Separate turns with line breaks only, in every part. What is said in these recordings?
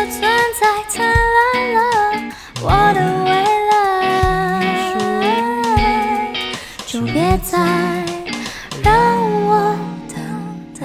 再灿烂了，我的未来，就别再让我等待。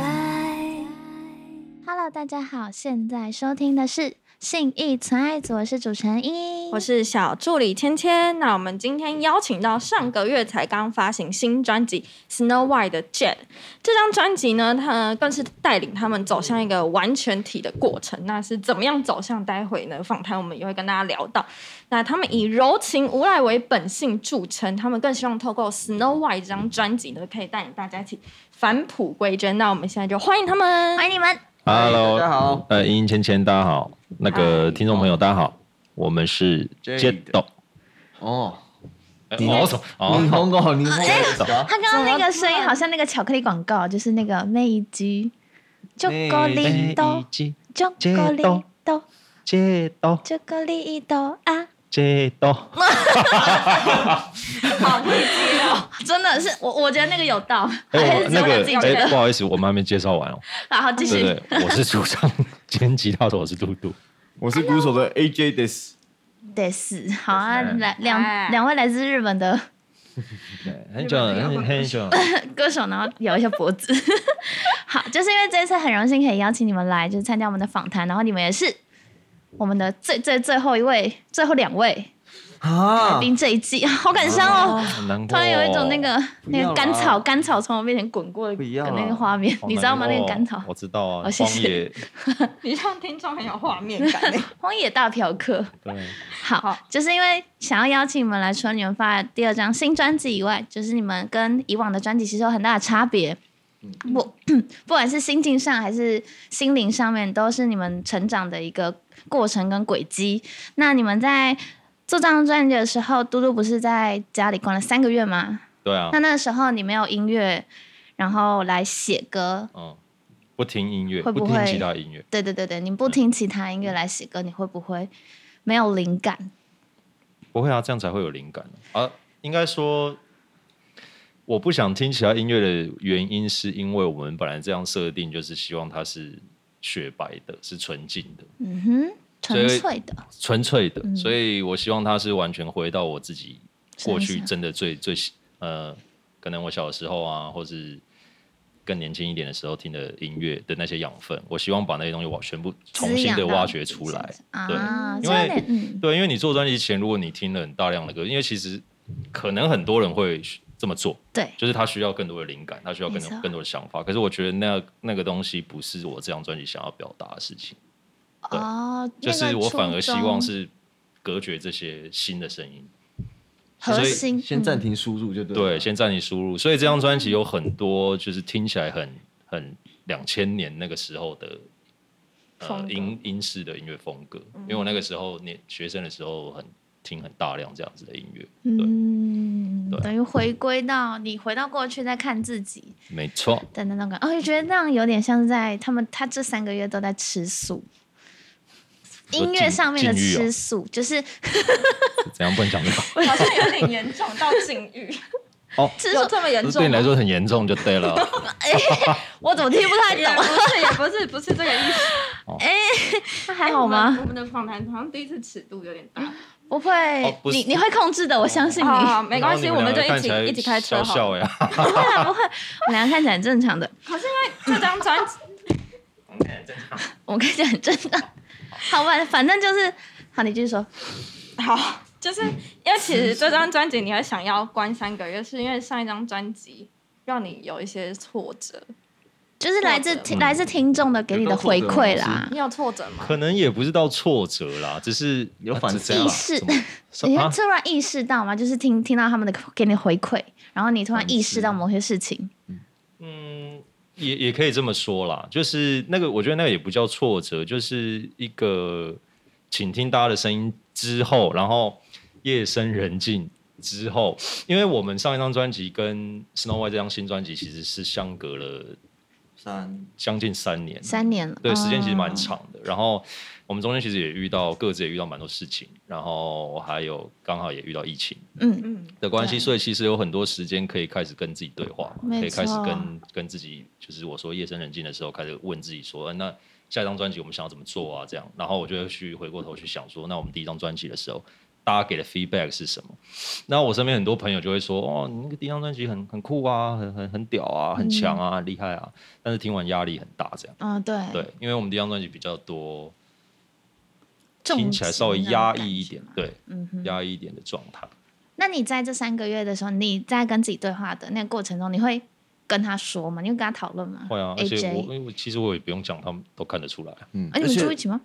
Hello，大家好，现在收听的是《信义存爱组》，我是主持人依依
我。是小助理芊芊。那我们今天邀请到上个月才刚发行新专辑《Snow White》的 Jade。这张专辑呢，它更是带领他们走向一个完全体的过程。那是怎么样走向？待会呢，访谈我们也会跟大家聊到。那他们以柔情无赖为本性著称，他们更希望透过《Snow White》这张专辑呢，可以带领大家一起返璞归真。那我们现在就欢迎他们。
欢迎你们，
Hello，
大家好，
呃，莹莹芊芊，大家好，那个
嗨
听众朋友，大家好，我们是
Jade
Jet
哦，
呃
你哦
哦什么
霓
哦，
虹狗，霓虹狗，
他刚刚那个声音好像那个巧克力广告，就是那个妹鸡，巧克力豆，
Jet
巧克力豆，
Jet
巧克力豆啊！
Jet
好会接哦，真的是我，我觉得那个有到，
哎，我
是
那
我
个
自己觉
哎，
得。
不好意思，我们还没介绍 完哦。
好，继
对
续。
对，我是主唱兼吉他手，我是杜杜。
我是鼓手的 AJ This，
对，是好啊，
对
来两
哎
两位来自日本的
很久了很很久了，
歌手，然后摇一下脖 子。好，就是因为这次很荣幸可以邀请你们来，就是参加我们的访谈，然后你们也是我们的最最最后一位、最后两位来
啊，
宾这一季， 好感伤哦。
很难过。
突然有一种那
哦
个
不
那
要
个
啦
甘草甘草从我面前滚过的
不要啦
那个画面，
啊好难过哦，
你知道吗？那个甘草
我知道啊，
哦谢
荒
谢
野
你让听众很有画面 感欸。
荒野大嫖客。
对，
好，
好
就是因为想要邀请你们来，除了你们发的第二张新专辑以外，就是你们跟以往的专辑其实有很大的差别。
嗯
不， 不管是心境上还是心灵上面，都是你们成长的一个过程跟轨迹。那你们在做这张专辑的时候，嘟嘟不是在家里关了三个月吗？
对啊
那，那个时候你没有音乐，然后来写歌，
嗯，不听音乐，
会不
不听
会
其他音乐。
对对对对，你不听其他音乐来写歌，你会不会没有灵感？
不会啊，这样才会有灵感啊。应该说，我不想听其他音乐的原因，是因为我们本来这样设定，就是希望它是雪白的，是纯净的、
嗯哼，纯
所以
粹的。
纯粹的，
嗯
所以我希望它是完全回到我自己过去真的最最呃，可能我小时候啊，或是。更年轻一点的时候听的音乐的那些养分，我希望把那些东西挖全部重新的挖掘出来。对
啊，
因
这有
为
点嗯，
对，因为你做专辑前，如果你听了很大量的歌，因为其实可能很多人会这么做，
对，
就是他需要更多的灵感，他需要
没
更多
错
更多的想法。可是我觉得那那个东西不是我这张专辑想要表达的事情，对
哦，
就是我反而希望
那个初衷
是隔绝这些新的声音。
核
所以
心，
先暂停输入就对，
对，，啊先暂停输入。所以这张专
嗯
辑有很多就是听起来很很两千年那个时候的。
风
呃，
格
英英式的音乐风格，
嗯
因为我那个时候年学生的时候很听很大量这样子的音乐，对，
嗯，
对
等于回归到你回到过去再看自己
没错。
的那种感，哦，就觉得那样有点像是在他们他这三个月都在吃素。
说
音乐
禁
上面的
呃禁欲哦
吃素，就是
怎样不能讲这 个？
好像有点严重到禁 欲，
哦，
吃
有
素，
这么严
这
重？
对你来，说很严重就对了。
我怎么听不太
也
懂
不？是，也不是，不是这个意 思。
哦
哎
那还好吗？
我们的访谈好像第一次尺度有点大。
不会，
哦不是
你你会控制的，我相信你。
好， 没关系，
然
我
后
们
你
就
两个
一起一起开车
笑
好了。
笑呀，
不会啦，不会， 我们俩看起来很正常的。
这张专辑，
我跟你讲，真的，好吧，反正就是，好，你继续说。
好，就是因为其实这张专辑你会想要关三个月，是因为上一张专辑让你有一些挫折。
就是来自听来自听众的给你的回馈啦，
你有挫折吗？
可能也不是到挫折啦，只是
有反思
意
啊
识，
怎
你
哎
会
么啊
突然意识到吗？就是听听到他们的给你回馈，然后你突然意识到某些事情，
嗯，也也可以这么说啦，就是那个，我觉得那个也不叫挫折，就是一个倾听大家的声音之后，然后夜深人静之后，因为我们上一张专辑跟 Snow White 这张新专辑其实是相隔了
三
将近三年，
三年了，
对，时间其实蛮
哦
长的。然后我们中间其实也遇到各自也遇到蛮多事情，然后还有刚好也遇到疫情
嗯，
嗯，
的关系，
对
所以其实有很多时间可以开始跟自己对话嘛，
没
可以开始
错
跟跟自己，就是我说夜深人静的时候，开始问自己说，呃那下一张专辑我们想要怎么做啊？这样，然后我就会去回过头去想说，那我们第一张专辑的时候，大家给的 feedback 是什么？那我身边很多朋友就会说，哦，你那个第一张专辑很很酷啊，很很很屌啊，很强啊，很厉害啊，但是听完压力很大，这样
嗯，对，
对，因为我们第一张专辑比较多，
重
听起来稍微
击那种
压
感
抑一
觉
点
嘛，
对，
嗯哼。
压抑一点的状态。
那你在这三个月的时候，你在跟自己对话的那个过程中，你会跟他说吗？你会跟他讨论吗？
会啊，而且我
AJ，
因为我其实我也不用讲，他们都看得出来。
嗯，
哎，
而
你们住一
且
起吗？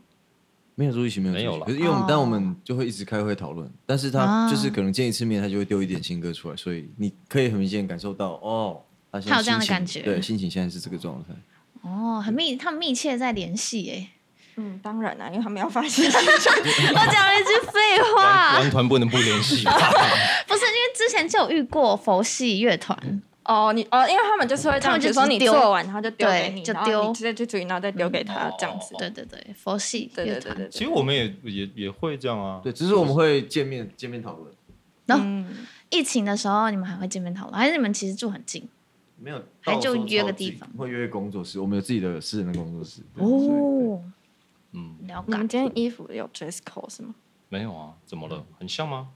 没有住一起，没有
没有
住一起
啦
可是因为我们，
哦
但我们就会一直开会讨论，但是
啊
他就是可能见一次面，他就会丢一点新歌出来，所以你可以很明显感受到哦，他现在
他有这样的
心
感
情
觉
对，心情现在是这个状态。
哦，很
嗯
密，他们密切在联系哎。
嗯，当然啦，因为他们要发行新专辑，
我讲了一句废话
玩，玩团不能不联系，
不是因为之前就有遇过佛系乐
嗯
团，
哦，你哦，因为他们就是会这
他
样，
们
比
就
如说
直
你
丢
做完，然后就丢
对
给你，
就
然后
丢
你直接去注意，然后再丢给他
嗯
这样子
哦。
对对对，佛系
对
乐
对对
团。
对
其实
对，
我们也也也会这 样啊。
对，只是我们会见面见面讨论，
然后
嗯，
疫情的时候，你们还会见面讨论，还是你们其实住很近？
没有
还
到
就
时候
约个
超
地
级
方
会约工作室，我们有自己的私人的工作室。对，
哦，
嗯，
了
你
解
们。今天衣服有 dress code 是吗？
没有啊，怎么了？
嗯
很像吗？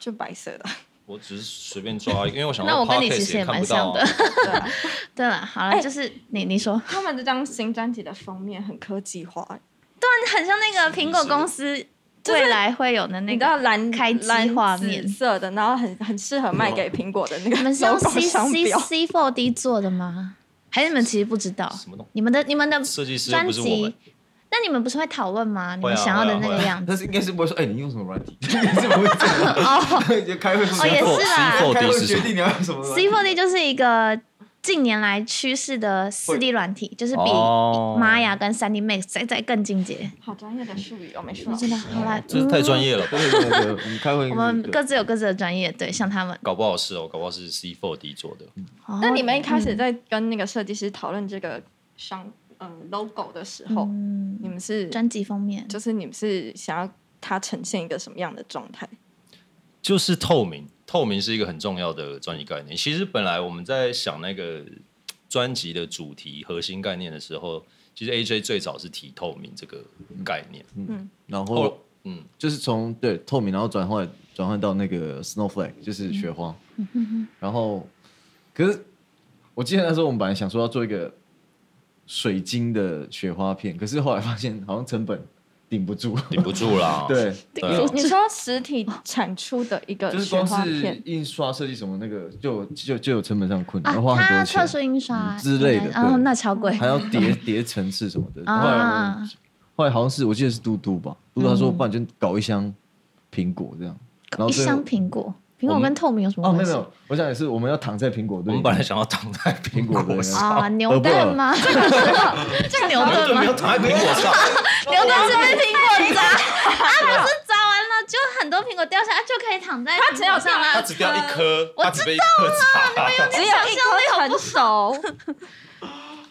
就白色的。
我只是随便抓一个，因为我 想
那
到
我跟你
podcast
其实也
看
蛮
不到
像的
啊。。
对啊，
对了，好了，
哎
就是你你说，
他们这张新专辑的封面很科技 化，
很像那个苹果公司未来会有的那
你知
个。
道蓝
开机
蓝
画
紫
面
色的，然后很很适合卖给苹果的 那个 logo 商标。
你们是用 C C C Four D 做的吗？还是你们其实不知道
什么东？
你们的你们的
设计师又
专
不是我们
辑，，那你们不是会讨论吗？你
会
们
啊
想要的那
会啊
个
会啊
样 子
但是应该是不会说，哎、你用什么软体？ 应该是不会这样
哦。
吧， 就开会说
哦也是啦
C4
开
D
会
是什
决
么？
定你要用什么
啊
软
C
体。
Four D 就是一个近年来趋势的四 D 软体，就是比
哦
Maya 跟三 D Max 再再更进阶。
好专业的术语哦，没事。
真的好啦，
这太专
业。
业了吧，
对对对，我们开会
我们各自有各自的专业，对，像他们。
搞不好是哦，搞不好是 C Four D 做的。
那你
哦
们一开始在跟那个设计师讨论这个商嗯 logo 的时候，
嗯
你们是
专辑封面
就是你们是想要它呈现一个什么样的状态？
就是透明，透明是一个很重要的专辑概念。其实本来我们在想那个嘖专辑的主题核心概念的时候，其实 AJ 最早是提透明这个概念。
然
哦
后，
嗯，
就是从对透明，然后转换转换到那个 snowflake，就是雪花。
嗯
然后，可是我记得那时候我们本来想说要做一个水晶的雪花片，可是后来发现好像成本顶不住。。
顶不住啦
对，
对啊，
你你说实体
哦
产出的一个
就是
雪
光
花
是
片，
印刷设计什么那个，就就就有成本上的困
啊
难，要花，很
它特
多钱，
殊印刷
嗯之类的
应该哦，
对
那超贵
还。要叠叠层次什么的。
啊
后来我们后来好像是我记得是嘟嘟吧，嘟嘟他说，不然就搞一箱苹果这样，然后
一
最后
箱苹果，苹果
我们
跟透明有什么
哦，没
关
有
系？
没有，我想也是，我们要躺在苹果
我
队，
们本来想要躺在苹
苹
果
果队
上，
啊，牛
饿不
顿
饿
吗？这个时候，这个牛 顿吗
没？有躺在苹果 上，
牛顿是被苹 果砸，啊，不是砸完了，就很多苹果掉下来，就可以躺在
只有
苹果上
它
了。
只掉一颗，
我啊
它只被一颗砸。
只有一颗成熟。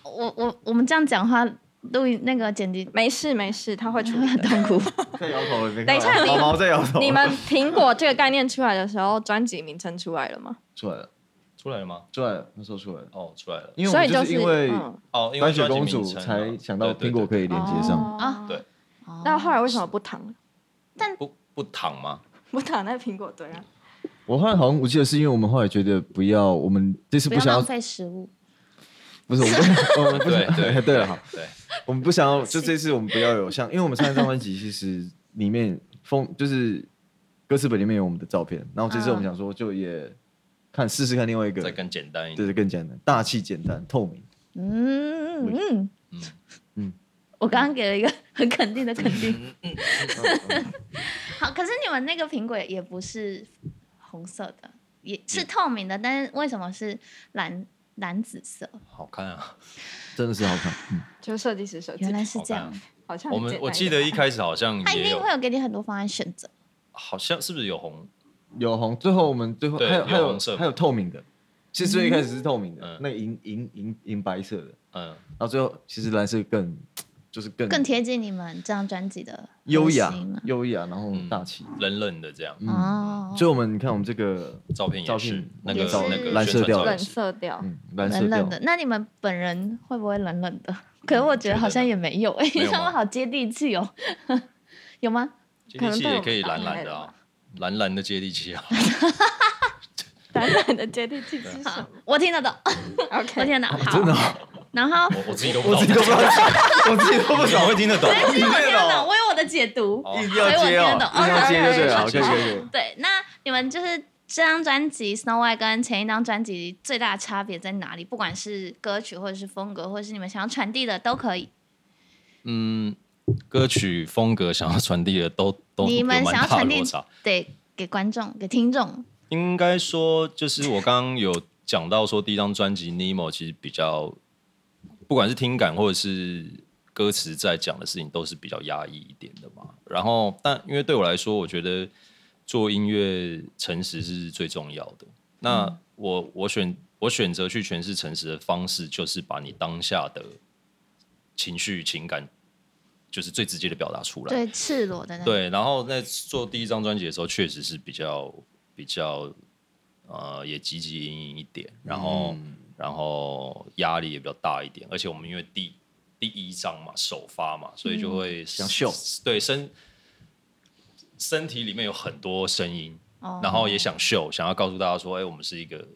我我我们这样讲话，录音那个剪辑
没事没事，它会处理 的。
痛苦。
在摇头了，没
等
看到
一下你
毛毛在摇 头，
你们苹果这个概念出来的时候，专辑名称出来了吗？
出来了，
出来了吗？
出来了，那时候出来了，
哦，出来了。
因为我
所以
们就是因为
嗯
哦，因为
白雪公主
专辑名称啊
才想到
对对
苹
对
果可以连接
哦
上，
啊
对
那后来为什么不躺？
不不躺吗？
不躺在苹果堆啊？
我后来好像我记得是因为我们后来觉得不要，我们这次
不
不
要
想
浪
要，
费食物，
不是我们 我们不
对
想
对
对了，好，
对，
我们不想要，就这次我们不要有像，因为我们上一张专辑其实里面封就是歌词本里面有我们的照片，然后这次我们想说就也看试试看另外一个
嗯再，更简单一
对
点。
对，更简单，大气简单透明。
嗯嗯
嗯
嗯
嗯。
我刚刚给了一个 很肯定的肯定。
嗯
好，可是你们那个苹果也不是红色的，也是透明的，但是为什么是蓝蓝紫色？
好看啊！
真的是好看。嗯，
就是设计师设计
原，来是
好
这
看
样
啊。。
好像
我
很
们
简单
我记
点
得一开始好像
他一
也
定
有
会，有给你很多方案选择。
好像是不是有红？
有红，最后我们最后
对
还有
有
还有
红色
还有透明的，其实最一开始是透明的
嗯，
那个银银银银白色的，
嗯，
然后最后其实蓝色更就是更
更贴近你们这张专辑的
优雅
核心
啊
嘛
优雅，然后嗯
嗯
大气。
冷冷的这样，
嗯
哦，
所以我们你看我们这个
照片也
照
是
片
那
也
个
是
那个
蓝色调
的
冷色调，
嗯蓝色
冷
调
冷的。那你们本人会不会冷冷的？ 可是我觉得好像也没有哎、
没有吗
他们好接地气哦， 有吗？
接地气
可能被我
也
们
可以蓝蓝的
打
啊，蓝蓝的接地气啊。
懒懒的接地气之
好
啊
手。，
我听得懂，我
OK，
听得懂，好，
真的哦，
然 后
我我自己都不
我自己都不知道， 我自己都不
我
知
怎么
道
会，听得懂？
但是我听得
你
懂，我有我的解读，
哦
一定
所以我
要
听得
接哦，一
懂
定要接就对了，可以可以可以。
对，那你们就是这张专辑《Snow White》跟前一张专辑最大的差别在哪里？不管是歌曲，或者是风格，或者是你们想要传递的都可以。
嗯，歌曲风格想要传递的都都
你们
有蛮
想要
大的
传递
落差
对，给观众、给听众，
应该说，就是我刚刚有讲到说，第一张专辑《Nemo》其实比较，不管是听感或者是歌词在讲的事情，都是比较压抑一点的嘛。然后，但因为对我来说，我觉得做音乐诚实是最重要的。那我我选我选择去诠释诚实的方式，就是把你当下的情绪情感，就是最直接的表达出来。
最赤裸的那种。
对，然后在做第一张专辑的时候，确实是比较比较呃，也积极营营一点，然后、然后压力也比较大一点，而且我们因为第第一张嘛，首发嘛，所以就会
想秀
对身身体里面有很多声音，
哦
然后也想秀，想要告诉大家说，哎，我们是一个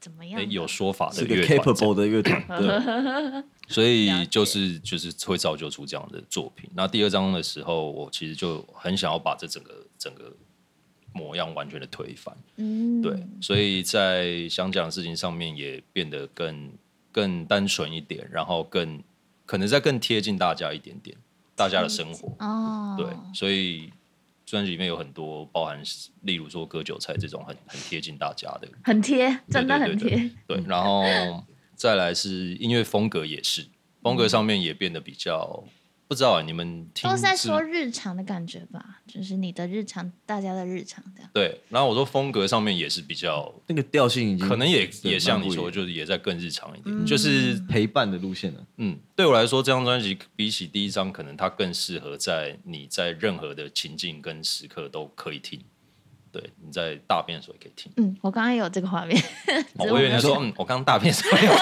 怎么
哎
样？
有说法的
是个
乐团这样
capable 的乐团，对，
所
了
以
解
就是就是会造就出这样的作品。那第二章的时候，我其实就很想要把这整个整个模样完全的推翻，
嗯，
对，所以在想讲的事情上面也变得更更单纯一点，然后更可能再更贴近大家一点点，大家的生活，
哦，
对，所以。专辑里面有很多包含，例如说割韭菜这种很很贴近大家的，
很贴，真的
对
很
对
贴。
对，然后再来是音乐风格也是，风格上面也变得比较不知道、啊、你们听
都是在
是
说日常的感觉吧，就是你的日常，大家的日常这样。
对，然后我说风格上面也是比较，
那个调性已经
可能也
嗯对
也像你
蛮不
说，
一样
就是也在更日常一
嗯
点，就是
陪伴的路线了。
嗯，对我来说这张专辑比起第一张，可能它更适合在你在任何的情境跟时刻都可以听。对，你在大便的时候也可以听。
嗯，我刚刚有这个画 面，
哦、
只是
我以为
没
你
有
说，嗯，我刚大便的时候也 有听。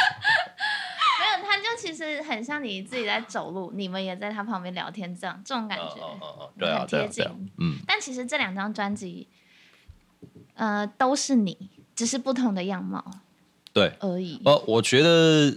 没有，他就其实很像你自己在走路，你们也在他旁边聊天，这样这种感
嗯
觉。
嗯嗯嗯，对啊
很，贴
对啊，对啊
近，
嗯，
但其实这两张专辑，呃，都是你，只是不同的样貌
对。
而已。
哦
呃，我觉得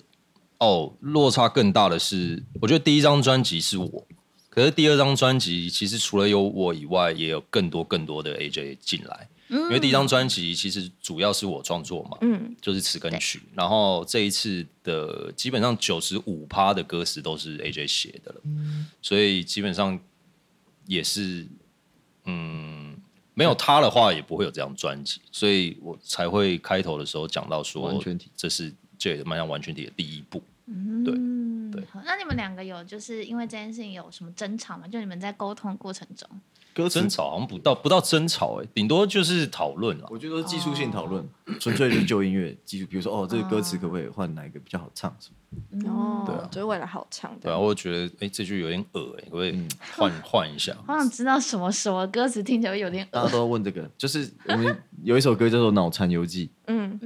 哦，落差更大的是，我觉得第一张专辑是我，可是第二张专辑其实除了有我以外，也有更多更多的 AJ 进来，因为第一张专辑其实主要是我创作嘛，
嗯，
就是词跟曲，然后这一次的基本上九十五趴的歌词都是 AJ 写的了，
嗯
所以基本上也是嗯。没有他的话，也不会有这张专辑，所以我才会开头的时候讲到说
完，全体
这是这也蛮像完全体的第一步。
嗯，
对对
好。那你们两个有就是因为这件事情有什么争吵吗？就你们在沟通过程中，
歌
争吵好像不到不到争吵、欸，顶多就是讨论了。
我觉得都是技术性讨论，纯粹就是就音乐技术，比如说哦，这个歌词可不可以换哪一个比较好唱什么？
嗯
哦，
对啊
就是为了好唱
对啊，
的。
我觉得哎、诶这句有点恶哎、可不可
嗯
以换换一 下？
好想知道什么什么歌词听起来会有点
大
恶
家都要问这个，就是我们有一首歌叫做《脑残游记》，
嗯，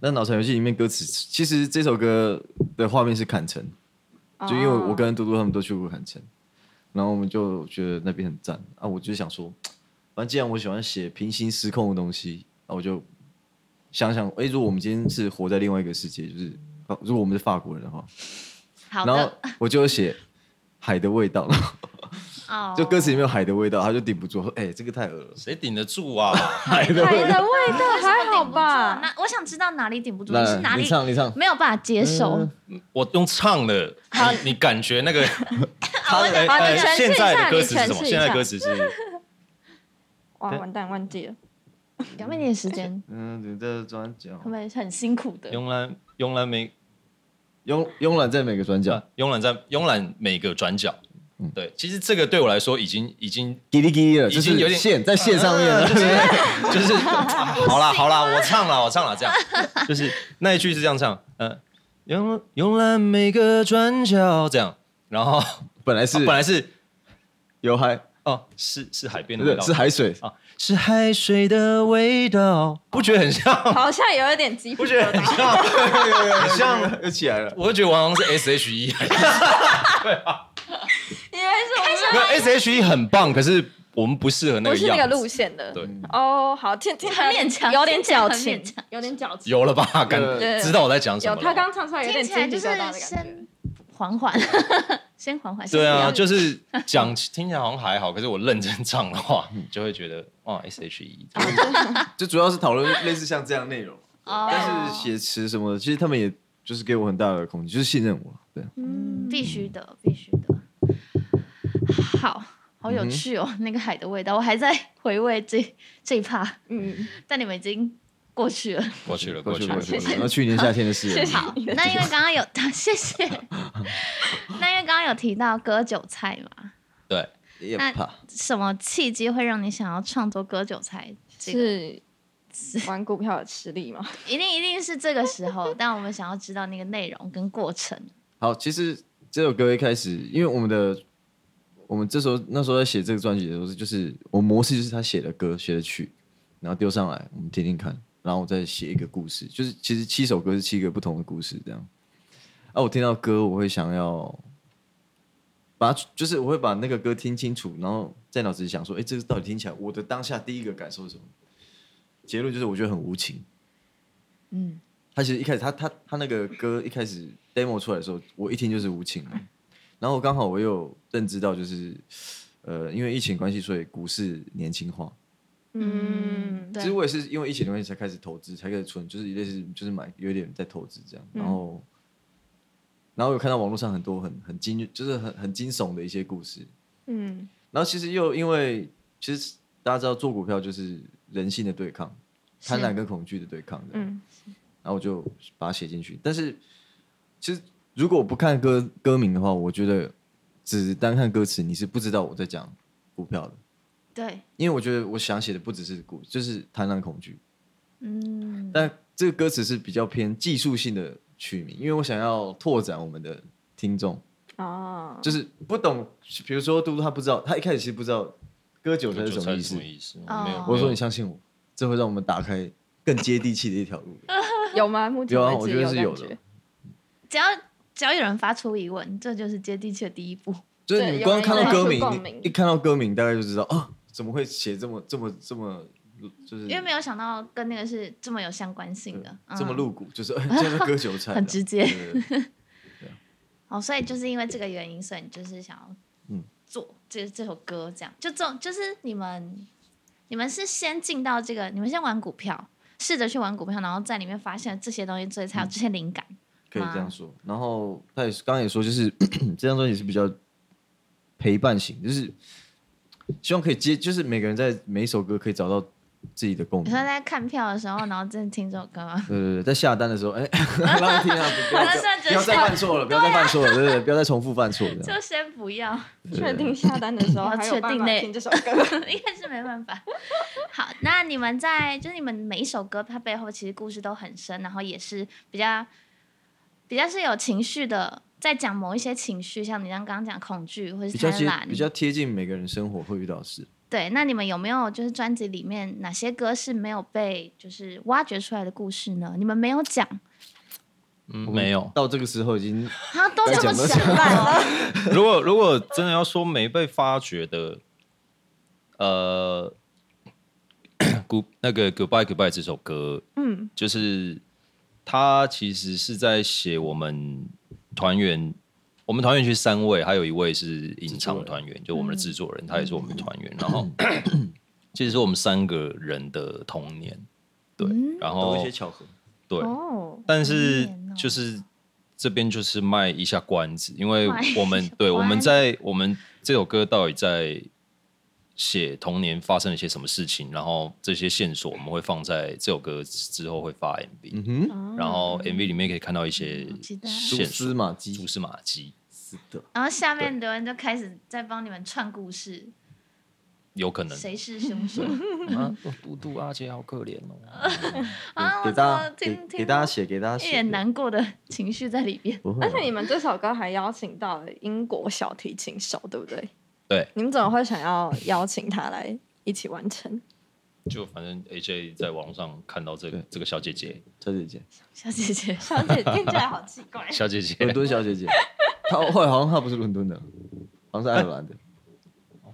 那《脑残游记》里面歌词，其实这首歌的画面是坎城，就因为
哦
我跟嘟嘟他们都去过坎城，然后我们就觉得那边很赞啊，我就想说，反正既然我喜欢写平行时空的东西，那我就想想，哎、如果我们今天是活在另外一个世界，就是啊如果我们是法国人的话，
好
然后
的
我就写海的味道，
哦。
就歌词里面有海的味道，他就顶不住，说哎、这个太恶了，
谁顶得住 啊？
海的
海
味道。
的味道还好
顶不住啊
吧？
那我想知道哪里顶不住，你
来
是哪
你
里
唱，你唱，
没有办法接受
嗯？
我用唱的，你你感觉 那个？
好，我
哎
想
好
哎
你诠释
现
一
在
下
的歌
你
词是
诠
什么？
释一
现在
下
歌词是
哇，完蛋，忘记了。
给我们一点时间，
嗯，你这转角
他，们很辛苦的。
慵懒慵懒每
慵慵懒在每个转角，
慵懒在慵懒每个转角。
嗯
对，其实这个对我来说已经已 经
叽哩叽哩了，就
已经
是
有点
线在线上面了。
就是、 啊好啦好啦，我唱了我唱了，这样就是那一句是这样唱，嗯、呃，慵慵懒每个转角这样，然后、
本来是
本来是
有海，
哦是是海边的味
对，
道，
是海水，
啊，是海水的味道，不觉得很像？
好像有一点鸡皮
不觉得
疙
很
瘩。
像？
很
像
又起来了。
我就觉得王好像是 S H E，
你们是我
没
们
有 S H E 很棒，可是我们不适合
不
那个
是那个
样
路
子。
线的。
对，
哦，好，听听起来
很勉强
有点
听起来
矫
很
情
勉强，
有点矫情。
有了吧？感
对
知道我在讲什
有，
么了吧？
他刚唱出来有
听
点鸡
起来
皮
就
疙
是
瘩的感觉。
先缓缓，先缓缓。先
对
不
啊，
要
就是讲 听起来好像还好，可是我认真唱的话，就会觉得哇 S H E
就主要是讨论类似像这样内容，
哦
但是写词什么的，其实他们也就是给我很大的空间，就是信任我。对，
嗯，必须的，必须的。好好有趣哦，那个海的味道，我还在回味这这一趴，
嗯，
但你们已经过去了。
过去了，
过
过
去
去
过
了。
去，然后去年夏天的事了。
好，那因为刚刚有， 谢谢。那因为刚刚有提到割韭菜嘛，
对，
也
那
怕
什么契机会让你想要创作割韭菜？这个
是玩股票的吃力吗？
一定一定是这个时候，但我们想要知道那个内容跟过程。
好，其实这首歌一开始，因为我们的我们这时候那时候在写这个专辑的时候，就是我模式就是他写的歌、写的曲，然后丢上来我们听听看，然后我再写一个故事，就是其实七首歌是七个不同的故事这样。啊，我听到歌我会想要把它，就是我会把那个歌听清楚，然后在脑子里想说，哎，这个到底听起来我的当下第一个感受是什么？结论就是我觉得很无情。
嗯，
他其实一开始他他他那个歌一开始 demo 出来的时候，我一听就是无情的。然后刚好我又认知到，就是呃，因为疫情关系，所以股市年轻化。
嗯
嗯，
其实
对，
我也是因为疫情的关系才开始投资，才开始存，就是类似就是买有一点在投资这样。然后，然后有看到网络上很多很很惊，就是很很惊悚的一些故事。
嗯
然后其实又因为其实大家知道做股票就是人性的对抗，贪婪跟恐惧的对抗这样。
嗯
然后我就把它写进去。但是其实如果我不看歌歌名的话，我觉得只单看歌词，你是不知道我在讲股票的，
对，
因为我觉得我想写的不只是股，就是贪婪恐惧。
嗯，
但这个歌词是比较偏技术性的曲名，因为我想要拓展我们的听众，
哦，
就是不懂，比如说嘟嘟他不知道，他一开始其实不知道割韭菜是什么意思。
意思？
哦
没有，
我说你相信我，这会让我们打开更接地气的一条路。
有吗？目前
有啊
为
我
止
觉得是有
感
的
觉
只要只要有人发出疑问，这就是接地气的第一步。
就是
对
你
有
光
人
看到
有人
歌名
有共，
你
鸣
一看到歌名大概就知道啊，怎么会写这么这么这么就是呃
因为没有想到跟那个是这么有相关性的，嗯
嗯这么露骨，就是 哎就是割韭菜的，
很直接
对。对对
哦，所以就是因为这个原因，所以你就是想要
嗯
做这这首歌，这样就这种就是你们你们是先进到这个，你们先玩股票，试着去玩股票，然后在里面发现这些东西，所以才
嗯
有这些灵感。
可以 这样说。然后他也是刚刚也说，就是 这张专辑是比较陪伴型，就是希望可以接，就是每个人在每一首歌可以找到自己的共
你
鸣
说。在看票的时候，然后真的听这首歌吗？
对对对，在下单的时候，哎， 让他听啊，不要
那算
不要再犯错了，不要再犯错了，对对对，不要再重复犯错，这样
啊就先不要，
对
确
对对
定下单的时 候
要
还有
确
办
定
法
嘞
听这首 歌。
应该是没办法。好，那你们在就是你们每一首歌，它背后其实故事都很深，然后也是比较比较是有情绪的，在讲某一些情绪，像你刚刚讲恐惧或是
比较
贪
接
婪，
比较贴近每个人生活会遇到的事。
对，那你们有没有就是专辑里面哪些歌是没有被就是挖掘出来的故事呢？你们没有讲，
嗯没有。
到这个时候已经
啊，都这么
该
想
讲
了，
如果如果真的要说没被发掘的，呃，古那个 Goodbye Goodbye 这首歌，
嗯
就是他其实是在写我们团员，我们团员其实三位，还有一位是隐藏团员，就我们的制作人，他也是我们团员。然后 其实是我们三个人的童年，对，然后
巧合。
对，
哦，
但是
年哦
就是这边就是卖一下关子，因为
卖一
我们
下
对我
关
们
子
在我们这首歌到底在写童年发生了一些什么事情，然后这些线索我们会放在这首歌之后会发 MV，、
嗯哼，
然后 MV 里面可以看到一些
好期待
蛛
线
丝
索、
马
蛛
迹，
丝马迹，
是的，
然后下面的人就开始在帮你们串故事，
有可能。
谁是凶 手？
啊，嘟嘟阿姐好可怜哦。
啊，
给
我
给
怎
大
么
家
听
给
听
给大家
到
写，给大家
一
写，
点难过的情绪在里边？
不会 啊。
而且你们这首歌还邀请到了英国小提琴手，对不对？
对，
你们怎么会想要邀请他来一起完成？
就反正 AJ 在网上看到这个
对
这个小姐姐，。
小姐姐，
小姐姐，
小姐听起来好奇怪
小姐姐
伦敦小姐姐，她后来好像她不是伦敦的，好像是爱尔兰的，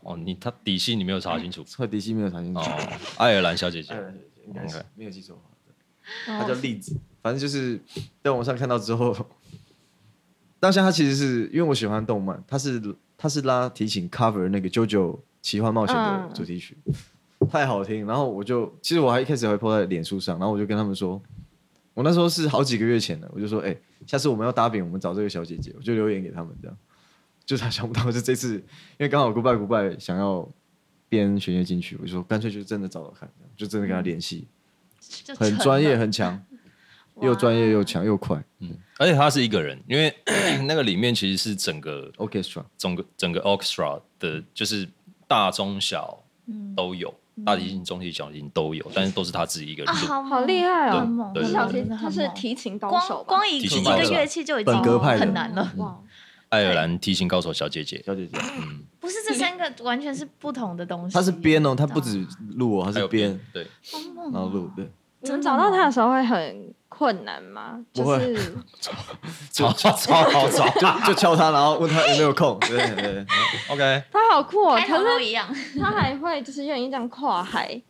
哦，你她底细你没有查清楚
后来迪西没有查清楚
哦，，
嗯
爱尔兰小姐姐
爱
哎
尔兰小姐呃姐应该是
OK
没有记错吧，
她
她叫栗子，反正就是在网上看到之后，当下她其实是因为我喜欢动漫，她是她是拉提琴 cover 那个《JoJo 奇幻冒险》的
嗯
主题曲，太好听，然后我就其实我还一开始还 po 在脸书上，然后我就跟他们说。我那时候是好几个月前的，我就说，哎、下次我们要搭饼，我们找这个小姐姐，我就留言给他们这样。就是他想不到，就这次，因为刚好 Goodbye Goodbye 想要编弦乐进去，我就说干脆就真的找找看，这样就真的跟他联系，
就
很
成
专业，
了，
很强，又专业又强又快
嗯而且她是一个人，因为 那个里面其实是整个
，Orchestra
整个整个 orchestra
嗯
的，就是大中小都有，大提琴、中提琴、小提琴都有，但是都是她自己一个
嗯啊，
人录。
好
好厉
害！
害
对
哦！
很猛
对
她
对
小
对
提
真的嗯很
她是
猛
提琴高
光
手吧？
光一
提
个
琴
一
高
个
手
乐器就已经
本格派的
很难了，
哇，
爱尔兰提琴高手小姐姐，嗯
小姐 姐，
哎不是这三个完全是不同的东西。
她是编
嗯
哦，她不止录哦，她
还
是
有
编，
对，
好猛
然
哦
后
嗯
录，对，
你们找到她的时候会很困难吗？
不
就
会
是
超超超好找。
哦就就敲她，然后问她有没有 空，对对对，
OK，
她好酷哦，
开
可
头
是
都一样，
她还会就是愿意这样跨海，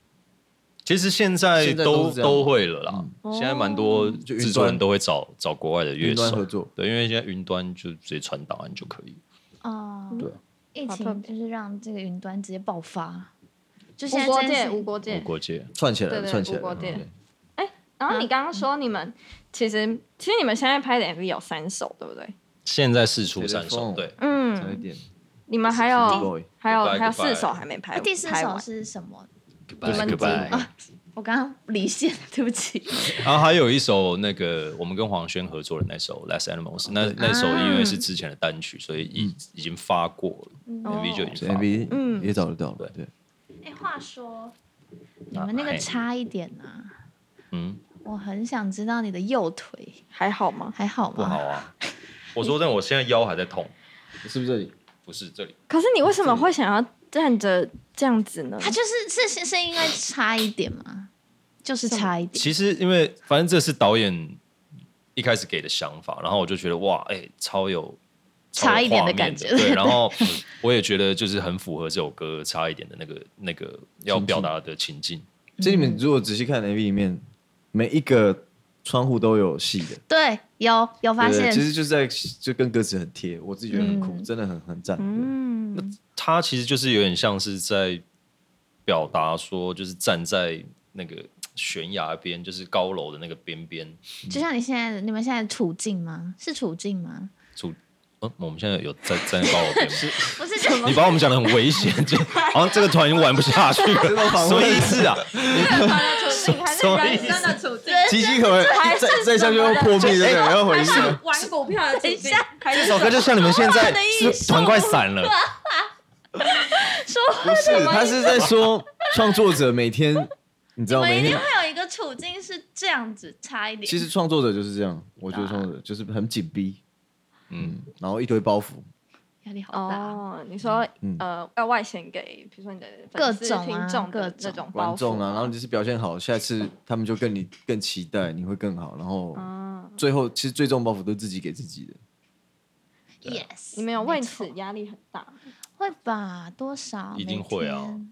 其实现在
现在都
都
是这样
都会了啦，
嗯
现在蛮
哦
多
就云
制作人
端
都会找找国外的乐
云端合
手，
作，
对，因为现在云端就直接传档案就可以。
哦，
对，
疫
好特
情
别
就是让这个云端直接爆发，就
无
现在
国
真的
界，
是
无国
无
界。
国界，
串起来
对
了，
对
串起来
无国
了，
界
嗯
然后你刚刚说你们其实其实你们现在拍的 MV 有三首，对不对？
现在四出三首，
Telephone
对，
对差一
嗯，
点
你们还有
Boy
还有
Goodbye，
还有
Goodbye
四首还没拍，
哦第四
拍
首
完
是什么？
你们
Goodbye，Goodbye
啊
我刚 刚离线，对不 起。
然后还有一首那个我们跟黄轩合作的那首《Last Animals》，那那首因为是之前的单曲，所以已已经发过了，MV
哦
就已
这
经发过了。
嗯
MV 也找得到，对，
哎，话说，你们那个差一点啊，
嗯，
我很想知道你的右腿
还好吗？
还好
不
吗？
好啊。我说真的，我现在腰还在痛，
是不是这里？
不是这里。
可是你为什么会想要站着这样子呢？
他就是是是是因为差一点吗？就是差一点。
其实因为反正这是导演一开始给的想法，然后我就觉得哇，哎、超有
差一点的
的
感觉
对，然后我也觉得就是很符合这首歌差一点的那个那个要表达的情境。
这里
嗯
面如果仔细看 MV 里面，每一个窗户都有戏的，
对，有有发
对
现
其，实就是在就跟歌词很贴，我自己觉得很酷，真的很很赞。
嗯，
它其实就是有点像是在表达说，就是站在那个悬崖边，就是高楼的那个边边。
就像你现在的你们现在的处境吗？是处境 吗？
嗯，我们现在有在站在高楼边吗？
不是什么
你把我们讲的很危险，就好像这个团已经玩不下 去了，什 么意思啊？
处境还
什么意思
的处境，
岌岌可危，再再下去要破灭，对不对？要回忆了。
玩股票的
等一下，
还是
这首歌就像你们现在
艺
是团快散了，
不是，他是在说创作者每天，你知
你
道
们
每
一定
天
会有一个处境是这样子，差一点。
其实创作者就是这样，我觉得创作者就是很紧逼，
嗯，
然后一堆包袱，
压力好大。
哦，你说
啊嗯
呃要外显给，比如说你的
各
粉丝
种啊
听众
各
的
种
那种包
观
袱
众啊，然后你就是表现好，下次他们就跟你更期待，你会更好，然后
嗯，
最后其实最重包袱都自己给自己的。
Yes，
你们有为此
没错
压力很大吗，
会吧？多少？
一定会啊
每天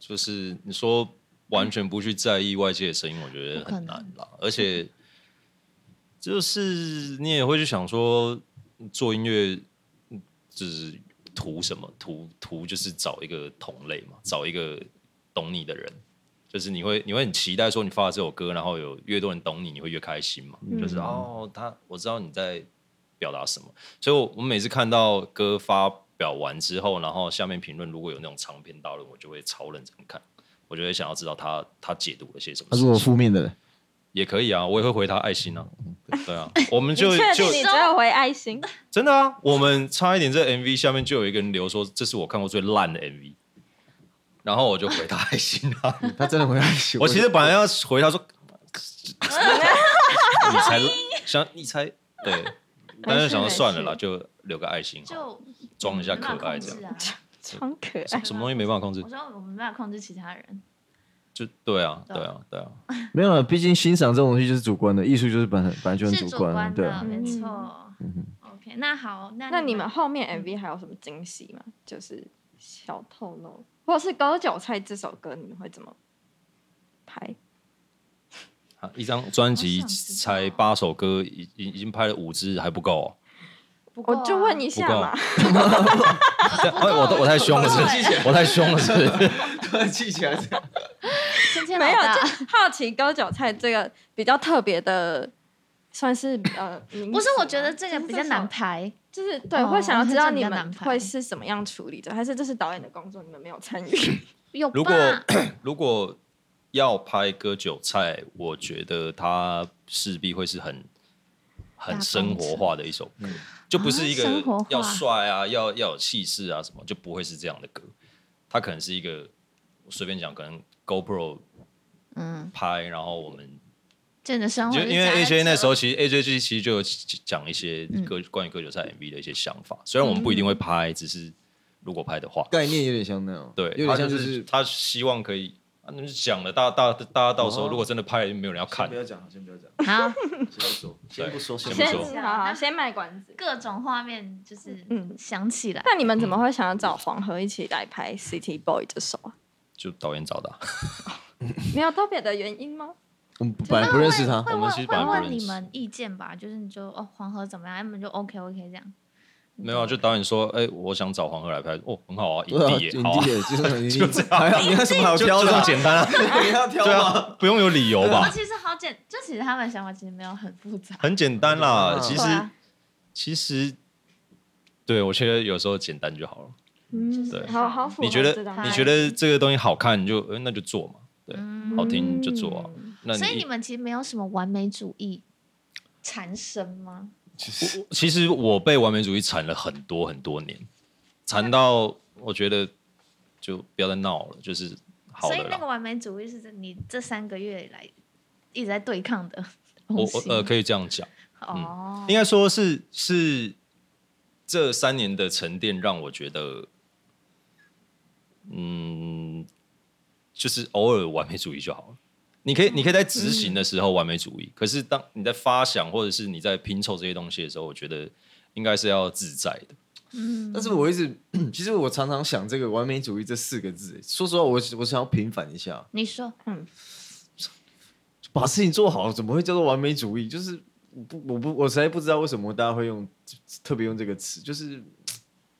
就是你说完全不去在意外界的声音，我觉得很难啦。而且就是你也会去想说，做音乐嗯就是图什么？图图就是找一个同类嘛，找一个懂你的人。就是你会你会很期待说你发了这首歌，然后有越多人懂你，你会越开心嘛？就是
嗯
哦，他我知道你在表达什么，所以我我每次看到歌发表完之后，然后下面评论如果有那种长篇大论，我就会超认真看，我就会想要知道他他解读了些什么事情。
面的，
也可以啊，我也会回他爱心啊，对啊，我们
你
就
确
就
定你只有回爱心？
真的啊，我们差一点这 MV 下面就有一个人留说这是我看过最烂的 MV，然后我就回他爱心啊。
他真的会爱 惜
我其实本来要回他说，你才想你才对，但是想说算了啦，就留个爱心好了，
就
装一下
没办
可
法
爱
控
这
制
样。
啊。
超可爱
什。什么东西没办法控制
我？说我们没办法控制其他人，
就对啊，
对
对啊，对啊，
没有了，毕竟欣赏这种东西就是主观的，艺术就是本来本来就很
是主
观
观
对
的，
啊。
没错。OK，那
嗯
好，那
嗯那你们后面 MV 还有什么惊喜吗？就是小透露，或者是《割韭菜》这首歌，你们会怎么拍？
啊一张专辑
好想知道
才八首歌，已已已经拍了五支还不够哦、
我就问一下嘛，
哎，我我太凶了是不是，我太凶了是不是。
突然记起来这样，
今天
没有，
啊
就好奇割韭菜这个比较特别的，算是呃， 名
不是
词，
我
吗
觉得这个比较难排，
就是对，
哦
会想要知道你
这比较难
们
排
会是怎么样处理的，还是这是导演的工作，你们没有参与？
有吧
如果 如果要拍割韭菜，我觉得它势必会是很很生活化的一首歌，就不是一
啊生活化
个要帅啊，要要有气势啊什么，就不会是这样的歌。它可能是一个我随便讲，可能 GoPro
嗯，
拍，然后我们
真的生活
就
就
因为
夹在
A J 那时
这
候其实 A J G 其实就有讲一些
嗯
歌、关于割韭菜 MV 的一些想法，虽然我们不一定会拍，只是如果拍的话，
概念有点像那样，
对，
有
他
点像
就
就是
他希望可以，啊那就讲了，大大大家到时候
哦
如果真的拍了，就没有人要看
先不。要讲，先不要讲，
好，
先不说，先不说，
先
不
不
先
错
说
说。
好好先卖关子。
各种画面就是
嗯
想起来。
那你们怎么
嗯
会想要找黄河一起来拍《City Boy》这首啊？
就导演找的啊、
没有特别的原因吗？
我们本来不认识他，
会
我们
问
其实本
会
来不
问
认识
你们意见吧，就是你就哦黄河怎么样，他们就 OK OK 这样。
没有啊，就导演说，哎、我想找黄河来拍，哦，很好啊，影
对啊，
帝耶，
影
好啊
帝，耶， 就是
就
影
这
帝，
样
还好你还有什么好
就
挑
就这
的
么
啊？
简单啊，
你要挑
对
吗？
啊，不用有理由
我
吧，
其实好简，就其实他们的想法其实没有很复杂。
很简单啦。
嗯
其实
对啊，
其实，对我觉得有时候简单就好了。
嗯
对
好好符合
你觉得
这张
拍
你觉得这个东西好看，你就、呃那就做嘛，对，
嗯
好听就做啊。那
所以你们其实没有什么完美主义缠身吗？
我其实我被完美主义缠了很多很多年，缠到我觉得就不要再闹了，就是好
所以
了
那个
啦。
完美主义是这你这三个月以来一直在对抗的
我
东
我
西
呃可以嗯这样讲，
哦，
应该说是是这三年的沉淀让我觉得，嗯，就是偶尔完美主义就好了。
嗯
你可以，你可以在执行的时候完美主义，可是当你在发想或者是你在拼凑这些东西的时候，我觉得应该是要自在的。
但是我一直，其实我常常想这个“完美主义”这四个字。说实话，我我想要平反一下，
你说
把事情做好，怎么会叫做完美主义？就是我不，我不，我实在不知道为什么大家会用特别用这个词，就是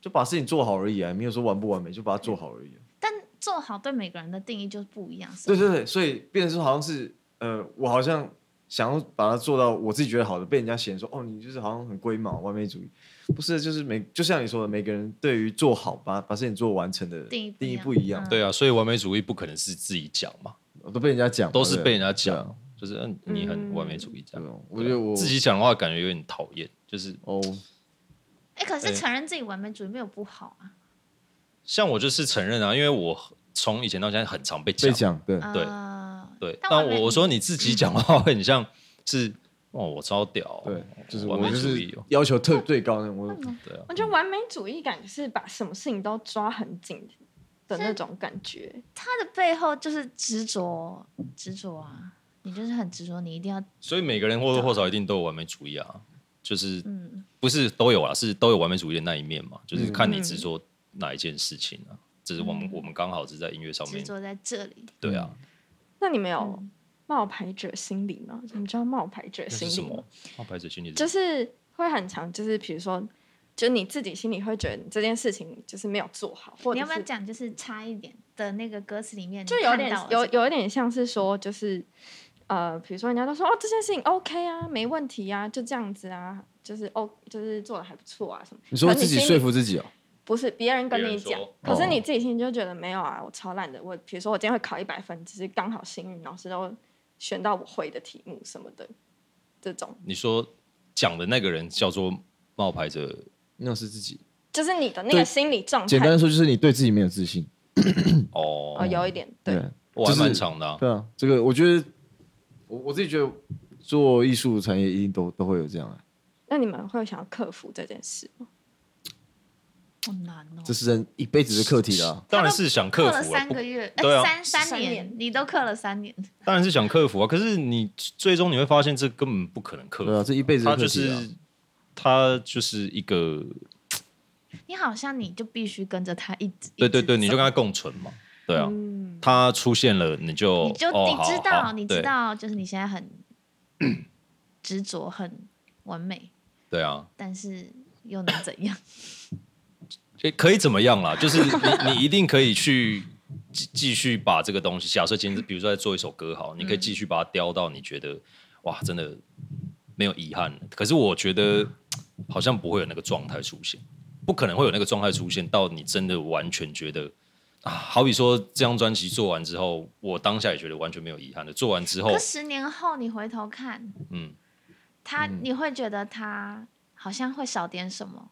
就把事情做好而已啊，没有说完不完美，就把它做好而已啊、
但做好对每个人的定义就不一样，是
对
吧
对对，所以变成说好像是呃，我好像想要把它做到我自己觉得好的，被人家嫌说哦，你就是好像很龟毛、完美主义。不是，就是每就像你说的，每个人对于做好把把事情做完成的
定义不一样
定义不一样哦
嗯，
对啊，所以完美主义不可能是自己讲嘛，
都被人家讲嘛，
都是被人家
对啊
讲，就是嗯，你很完美主义这
对
样。
啊我觉得我
自己讲的话，感觉有点讨厌，就是
哦，
哎、可是
哎
承认自己完美主义没有不好啊。
像我就是承认啊，因为我从以前到现在很常被
被
讲，
讲对，
对
啊
对，
但
但
完美
我我说你自己讲的话会很像是哦，我超屌哦，
对，就是
完
我
美
就
主
是
义哦，
要求特最高那种，我
嗯
对啊，
我觉得完美主义感是把什么事情都抓很紧的那种感觉。
他的背后就是执着，执着啊，你就是很执着，你一定要
所以每个人
啊
或多或少一定都有完美主义啊，就是
嗯，
不是都有啊，是都有完美主义的那一面
嗯
嘛，就是看你执着哪一件事情啊，只是我
嗯
们我们刚好是在音乐上
执
面，
着在这里。
对啊，
那你们有冒牌者心理吗？你们知道冒牌者
那
心
是什
理吗
么？？
哦
冒牌者心理是什
就
么
是会很常，就是比如说，就你自己心里会觉得你这件事情就是没有做好，或
你
者
要不要
是
讲，就是差一点的那个歌词里面，
就
你
有
看
点
到了
有
这个
有一点像是说，就是呃，比如说人家都说哦这件事情 OK 啊，没问题啊，就这样子啊，就是哦就是做的还不错啊什么。
你说
可是
自己
心里
说服自己哦，
不是别人跟
别
你
人
讲
说，
可是
哦
你自己心里就觉得没有啊，我超烂的。我比如说我今天会考一百分，只是刚好幸运老师都选到我会的题目什么的，这种
你说讲的那个人叫做冒牌者，
那是自己。
就是你的那个
对
心理状态。
简单地说，就是你对自己没有自信。
哦，
哦，有一点对。
我还蛮长的、啊，
对啊，这个我觉得，我我自己觉得做艺术产业啊一定都都会有这样的、
那你们会想要克服这件事吗？
好难哦。
这是人一辈子的课题啦。
当然是想克
了
服啊，
三
不
个月，
对
哎，
啊
三
三
三年
年，
你都刻了三年，
当然是想克服啊。可是你最终你会发现，这根本不可能克
对啊，
服，
这一辈子
它
的
就
课题
是
啊。
它就是一个，
你好像你就必须跟着他一直，
对对对，
一直
你就
走
跟它共存嘛，对啊。
嗯
它出现了，你就
你就
哦
你
好
知
好
道，你知
对
道，就是你现在 很执着，很完美，
对啊，
但是又能怎样？
也可以怎么样啦？ 就是你你一定可以去继继续把这个东西，假设今天比如说在做一首歌好，你可以继续把它雕到你觉得哇，真的没有遗憾了。可是我觉得好像不会有那个状态出现，不可能会有那个状态出现到你真的完全觉得。啊，好比说这张专辑做完之后，我当下也觉得完全没有遗憾的。做完之后
哦
可，十年后你回头看
嗯，
他，你会觉得他好像会少点什么，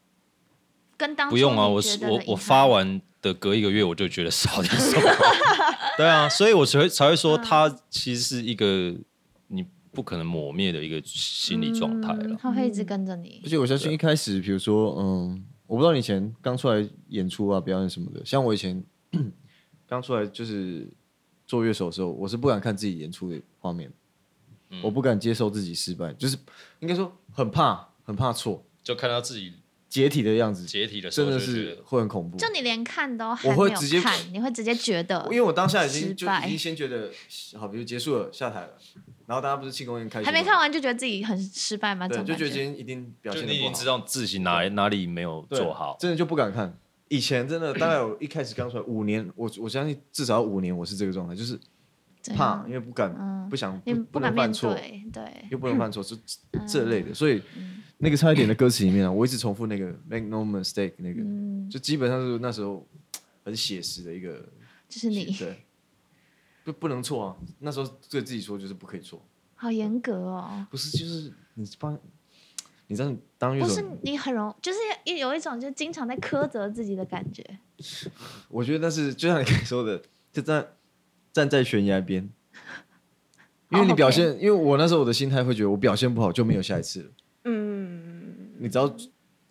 跟当初
不用啊，
你
我
觉得的
我
遗
我
憾
发完的隔一个月我就觉得少点 什么，对啊，所以我才会才会说它
嗯
其实是一个你不可能抹灭的一个心理状态
嗯
了。
他会一直跟着你
而。且我相信一开始，比如说，嗯，我不知道你以前刚出来演出啊、表演什么的，像我以前 刚出来就是做乐手的时候，我是不敢看自己演出的画面，
嗯
我不敢接受自己失败，就是应该说很怕，很怕错，
就看到自己
解体的样子，
解体的时
真
候，
的
就觉
是
得
会很恐怖。
就你连看都还
我
没
会
有
直接
看，你会直接觉得
因为我当下已经
失
就
败
已经先觉得好，比如结束了，下台了，然后大家不是庆功宴开始
还没看完就觉得自己很失败吗？这
对，
种
就
感
觉得今天一定表
就
现
你已
的
经
不好
知。道自己哪哪里没有
对
做好，
真的就不敢看。以前真的，大概我一开始刚出来五年，我我相信至少要五年我是这个状态，就是
怎
怕，
样
因为不敢，
嗯
不想
你
不
不敢
能
面
犯错，
对，嗯对，
又不能犯错，是这这类的。所以那个差一点的歌词里面啊，我一直重复那个 make no mistake 那个，
嗯，
就基本上是那时候很写实的一个，
就是你
对，不不能错啊。那时候对自己说就是不可以错，
好严格哦。
不是就是你帮，你知道你当乐
不
手
是，你很容，就是一有一种就是经常在苛责自己的感觉，
我觉得那是就像你刚才说的，就站站在悬崖 边，因为
哦
你表现因为我那时候我的心态会觉得我表现不好就没有下一次了。
嗯，
你只要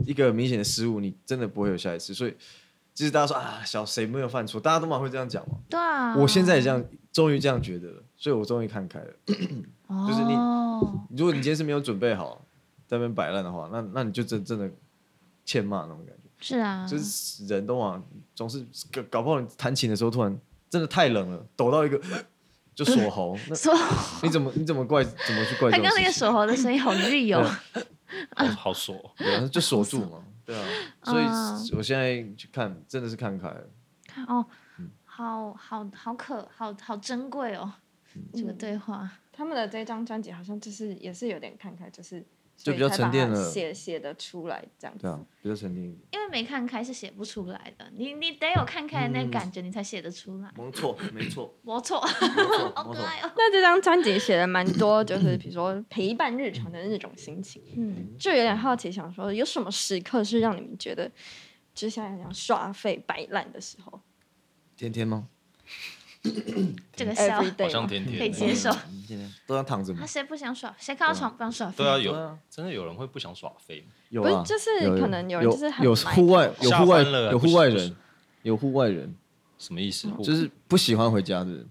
一个明显的失误，你真的不会有下一次。所以就是大家说啊，小谁没有犯错，大家都蛮会这样讲嘛。
对啊。
我现在也这样，终于这样觉得了，所以我终于看开了。就是你
哦，
如果你今天是没有准备好，在那边摆烂的话，那那你就真真的欠骂那种感觉。
是啊，
就是人都往总是搞搞不好你弹琴的时候突然真的太冷了，抖到一个就 锁喉，那
说
你怎么你怎么怪怎么去怪
他刚
这种
刚那个
事情？
手喉的声音好 绿哦，
好 好说哦。
对啊就锁住嘛，对啊，所
嗯
以我现在去看真的是看开了，
嗯
哦，好好好可好好珍贵哦，这
嗯
个对话。
他们的这张专辑好像就是也是有点看开，就是
就比较沉淀了
所以才把它写写的出来这样子。
对啊，比较沉淀一点，
因为没看开是写不出来的，你你得有看开的那个感
嗯
觉，你才写得出来。
没错没错，
没错， 好
没
可
错
爱哦。
那这张专辑写了蛮多，就是比如说陪伴日常的那种心情，
嗯，
就有点好奇，想说有什么时刻是让你们觉得就像想耍废摆烂的时 候
天天吗？
这个笑
，every
好
day
像
吗。
天
可以
天
接受。
嗯天天都要躺着
他
吗？
谁不想耍？谁看到床不想耍？
对啊，有
对啊
真的有人会不想耍废吗，
有
不是
啊，
就是
有有
可能有
有
人就是很
有
埋
户外有户外
下班了
有
不
户外
是不
人
是
有户外人，
什么意思？
就是不喜欢回家的人，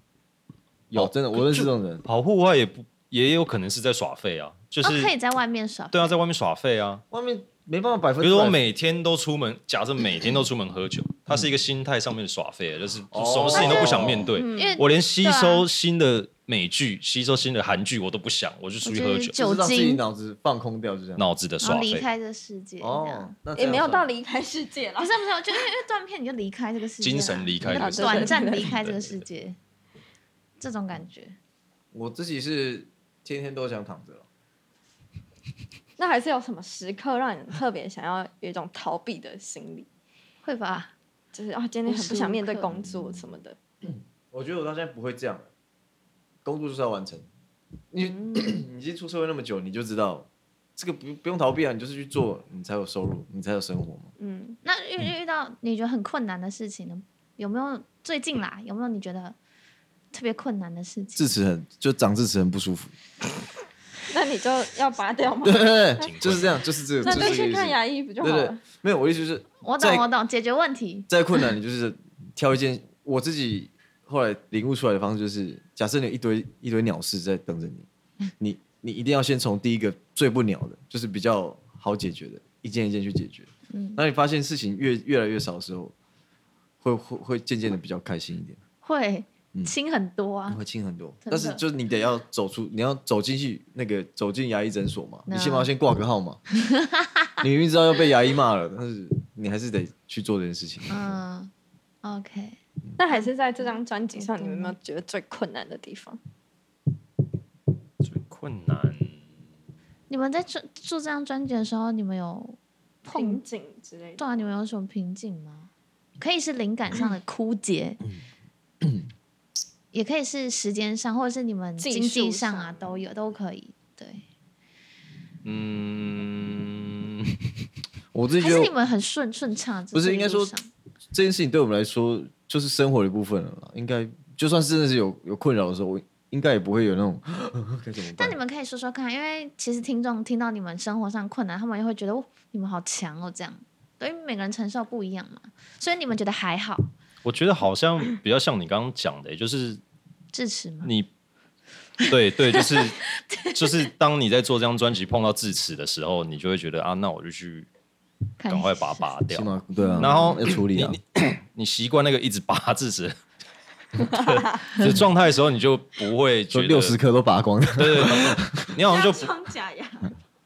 有
哦
真的我认识这种人，
跑户外也不也有可能是在耍废啊，就
哦
是，
可以在外面耍。
对啊，在外面耍废啊。
外面没办法百分
比
之
如
百
说我每天都出门，假设每天都出门喝酒，它是一个心态上面的耍废，啊就是
哦
什么事情都不想面对。
因为
我连吸收新的美剧、吸收新的韩剧我都不想，我就出去喝
酒
酒，
就是让自己
精
脑子放空掉，就这样。
脑子的
然后
耍
离
废。
开这世界，这
哦
样。，
那这
也
样
哎没有到
算
离开世界啦
不。是不是，我觉得因为因为断片你就离开这个世界了，啊
精神离开
你
这
就
个
世界
短暂离开这个世界，这种感觉。
我自己是天天都想躺着了，
那还是有什么时刻让你特别想要有一种逃避的心理，
会吧？
就是啊，今天很不想面对
无时无刻
工作什么的。
我觉得我到现在不会这样，工作就是要完成。你、
嗯
你已经出社会那么久，你就知道这个不不用逃避啊，你就是去做，你才有收入，你才有生活嘛。
嗯，
那遇遇到你觉得很困难的事情呢？有没有最近啦？有没有你觉得特别困难的事情？
智齿很就长智齿很不舒服，
那你就要拔掉 吗？
对
警，棍
就是这样，就是这个，
那
就
就
这个
去
意思
看。牙医不就好
对对
了？，
没有，我意思就是
我
在
懂，我懂，解决问题。
再困难，你就是挑一件。我自己后来领悟出来的方式就是，假设你有一堆一堆鸟事在等着
嗯
你，你你一定要先从第一个最不鸟的，就是比较好解决的，一件一件去解决。
嗯
当你发现事情越越来越少的时候，会会会渐渐的比较开心一点，
会
嗯
轻很多啊
你。会轻很多。
真的
但是就是你得要走出，你要走进去那个走进牙医诊所嘛，
那
你起码要先挂个 号嘛。你明明知道要被牙医骂了，但是你还是得去做这件事情。
嗯，OK，
那还是在这张专辑上，你们有没有觉得最困难的地方？
最困难，
你们在做做这张专辑的时候，你们有碰
瓶颈之类的。
对啊？你们有什么瓶颈吗？可以是灵感上的枯竭，
嗯
也可以是时间上，或者是你们
技
经
术
济上啊，
上
都有都可以。对，
嗯，
我自己
还
觉
是
得
你们很顺顺畅？
不是
这
应该
一路
说
上
这件事情对我们来说就是生活的一部分了啦。应该就算是真的是有有困扰的时候，我应该也不会有那种 该怎么办
但你。们可以说说看，因为其实听众听到你们生活上困难，他们也会觉得哦，你们好强哦，这样。对，因为每个人承受不一样嘛，所以你们觉得还好，
我觉得好像比较像你刚刚讲的、就是
支持
嗯
吗？
你，对对，就是就是当你在做这张专辑碰到智齿的时候，你就会觉得啊，那我就去
看
赶快把它拔掉
起。码对啊，
然后
要处理啊，
你习惯那个一直拔智齿的 状态的时候，你就不会觉
就
得
六十颗都拔光了。
对对 对，你好像就不
装假牙，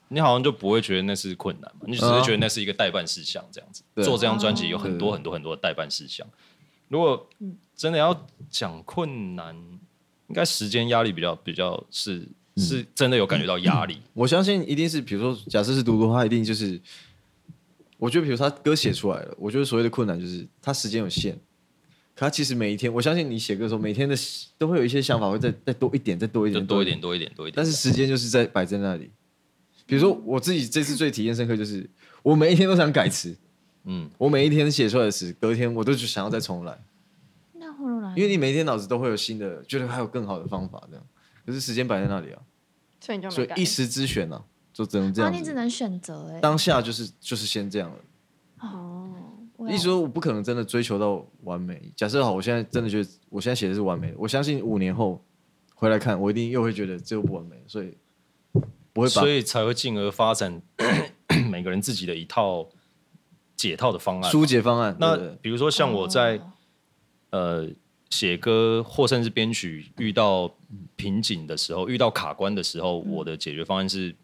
你好像就不会觉得那是困难嘛，你只是觉得那是一个代办事项这样子。
对
做这张专辑有很
哦
多很多很多的代办事项，如果真的要讲困难，应该时间压力比较比较是
嗯
是真的有感觉到压力。
我相信一定是，比如说，假设是嘟嘟，他一定就是，我觉得，比如说他歌写出来了，我觉得所谓的困难就是他时间有限，可他其实每一天，我相信你写歌的时候，每天的都会有一些想法，会再再多一点，再多一
就
点，
多一点，多一点，多一点。
嗯但是时间就是在摆在那里。比如说我自己这次最体验深刻就是，我每一天都想改词，
嗯，
我每一天写出来的词，隔天我都就想要再重来，
那葫芦来，
因为你每一天脑子都会有新的，觉得还有更好的方法这样。可是时间摆在那里啊，
所以你就
所
没
以
改
一。时之选啊，就只能这
啊，
样
你只
子。
能选择哎、
当下就是就是先这样了。
哦，
我
一说我不可能真的追求到完美。假设好，我现在真的觉得我现在写的是完美的，我相信五年后回来看，我一定又会觉得这又不完美，所以不会把
所以才会进而发展 每个人自己的一套解套的方案。
疏解方案。
啊那
对不对哦
比如说像我在、呃写歌或甚至编曲遇到瓶颈的时候，遇到卡关的时候，我的解决方案是，因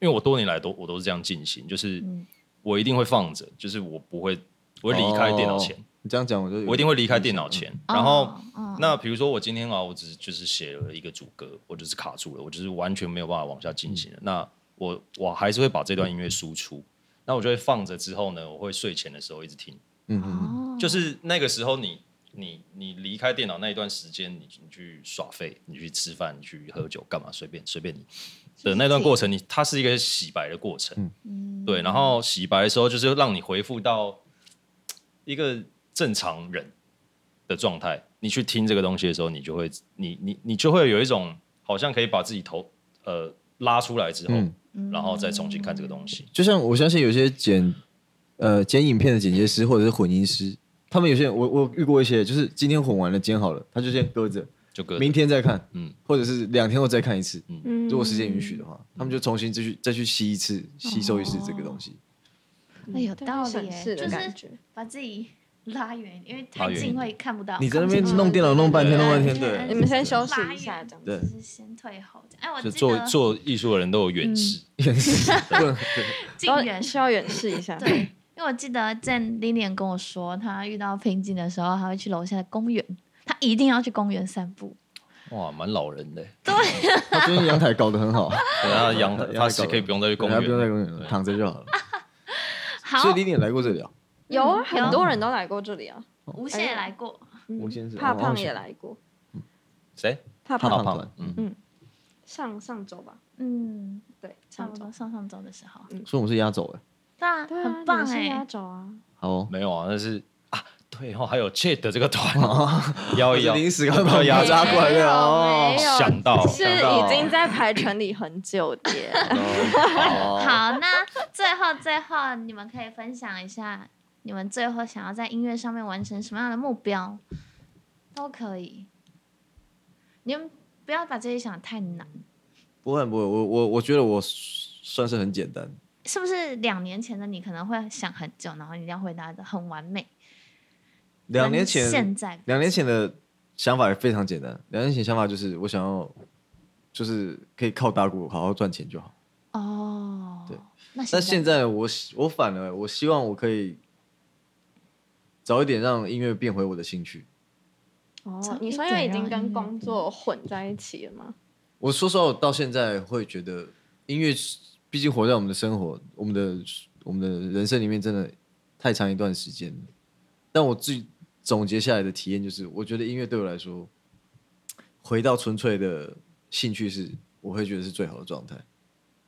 为我多年来都我都是这样进行，就是
嗯
我一定会放着，就是我不会我会离开电脑前，
哦嗯你这样讲我就有
我一定会离开电脑前，然后。
哦
嗯
哦
那比如说我今天啊，我只是就是写了一个主歌，我就是卡住了，我就是完全没有办法往下进行了。
嗯
那我我还是会把这段音乐输出，那我就会放着之后呢，我会睡前的时候一直听，
嗯嗯嗯，
就是那个时候你你你离开电脑那一段时间，你你去耍废，你去吃饭，你去喝酒，干嘛随便随便你的那段过程，你它是一个洗白的过程，
嗯
对，然后洗白的时候就是让你回复到一个正常人的状态。你去听这个东西的时候，你就会你你你就会有一种好像可以把自己头呃拉出来之后，然后再重新看这个东西。
就像我相信有些剪呃剪影片的剪接师或者是混音师，他们有些人我我遇过一些，就是今天混完了剪好了，他就先搁着，
就跟
明天再看，
嗯
嗯，或者是两天后再看一次，
嗯
如果时间允许的话，他们就重新继续再去吸一次，吸收一次这个东西。
哎有道理
省
耶
事的
就是
感觉。
把自己拉远一点，因为
拉
太
远一
近
点
会看不到。
你在那
看
边
不清
弄电脑弄半
哦
天
对
弄半天，
对
对
对
你，们先休息一下，这样子。
对
就是先退后。哎，我
就
记
做
得
做艺术的人都有远视，
近远
需要远视一下。
对，因为我记得郑 Lilian 跟我说，她遇到瓶颈的时候，她会去楼下的公园，她一定要去公园散步。
嗯
哇，蛮老人 的。
他最近阳台搞得很好，
对他阳
阳台
他是可以不用再去公
他不用在
园。
公园了，躺着就好了。
好
所以，你也来过这里啊？
有啊，很多人都来过这里啊。嗯
无限也来过，
吴先生，
怕
哦
胖也，来过，
谁？
怕
怕
胖
胖团。
嗯，
上上周吧，
嗯，
对，
差
上
不
周
多。上上周的时候，
所以我们是压轴哎，
对啊，
对啊，
很棒
你们是
哎、
压轴啊！
好哦，
没有啊，那是啊，对，退后还有 Chet 这个 团， 邀一邀，
临时刚把
压
牙扎
榨
过来的哦。
没有
想到
是已经在排程里很久的耶。
哦
好，那最后最后，你们可以分享一下你们最后想要在音乐上面完成什么样的目标，都可以。你们不要把这些想得太难，
不会不会，我我我觉得我算是很简单，
是不是？两年前的你可能会想很久，然后一定要回答的很完美。
两
跟
年前
现在
两年前的想法也非常简单。两年前想法就是我想要，就是可以靠打鼓好好赚钱就好。
哦，
对，
那 现在
但现在我我反而我希望我可以早一点让音乐变回我的兴趣。
哦，你说因为已经
嗯
跟工作混在一起了吗？
我说实话，我到现在会觉得音乐毕竟活在我们的生活、我们的我们的人生里面，真的太长一段时间了。但我自己总结下来的体验就是，我觉得音乐对我来说，回到纯粹的兴趣是，我会觉得是最好的状态。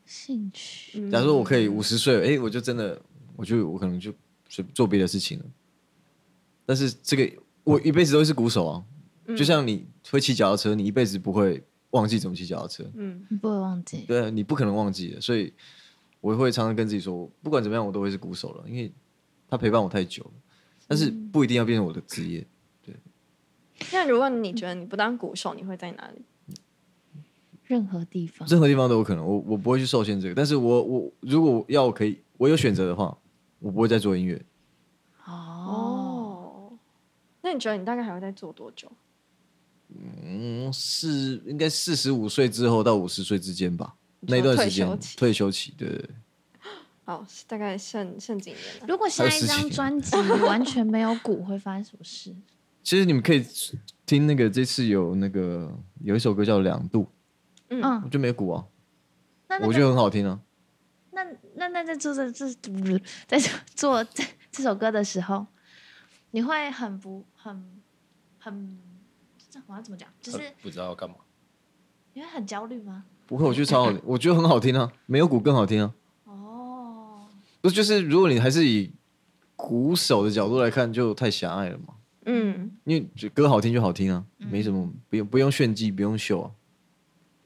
兴趣，
嗯
假如说我可以五十岁，哎、我就真的，我就我可能就随做别的事情了。但是这个我一辈子都会是鼓手啊，就像你会骑脚踏车，你一辈子不会忘记怎么骑脚踏车。
嗯，
你不会忘记。
对啊，你不可能忘记的，所以我会常常跟自己说，不管怎么样，我都会是鼓手了，因为他陪伴我太久了。但是不一定要变成我的职业，
那如果你觉得你不当鼓手，你会在哪里？
任何地方，
任何地方都有可能。我我不会去受限这个，但是我我如果要我可以，我有选择的话，我不会再做音乐。
哦，
哦，那你觉得你大概还会再做多久？
嗯，是应该四十五岁之后到五十岁之间吧，
你
那
说
一段
退
时间
休期
退休期，对对对。
哦，大概剩剩几年了？
如果下
还
一
有事
张
情
专辑完全没有鼓，会发生什么事？
其实你们可以听那个这次有那个有一首歌叫《两度》，
嗯，
就没鼓啊，
那那
我
个
觉得很好听啊。
那那那在做这这在做这这首歌的时候，你会很不很很这我要怎么讲？就是
呃不知道要干嘛。
你会很焦虑吗？
不会，我觉 得超好，我觉得很好听啊，没有鼓更好听啊。
哦，
不是就是如果你还是以鼓手的角度来看，就太狭隘了嘛。
嗯，
因为就歌好听就好听啊，没什么不用不用炫技，不用秀啊。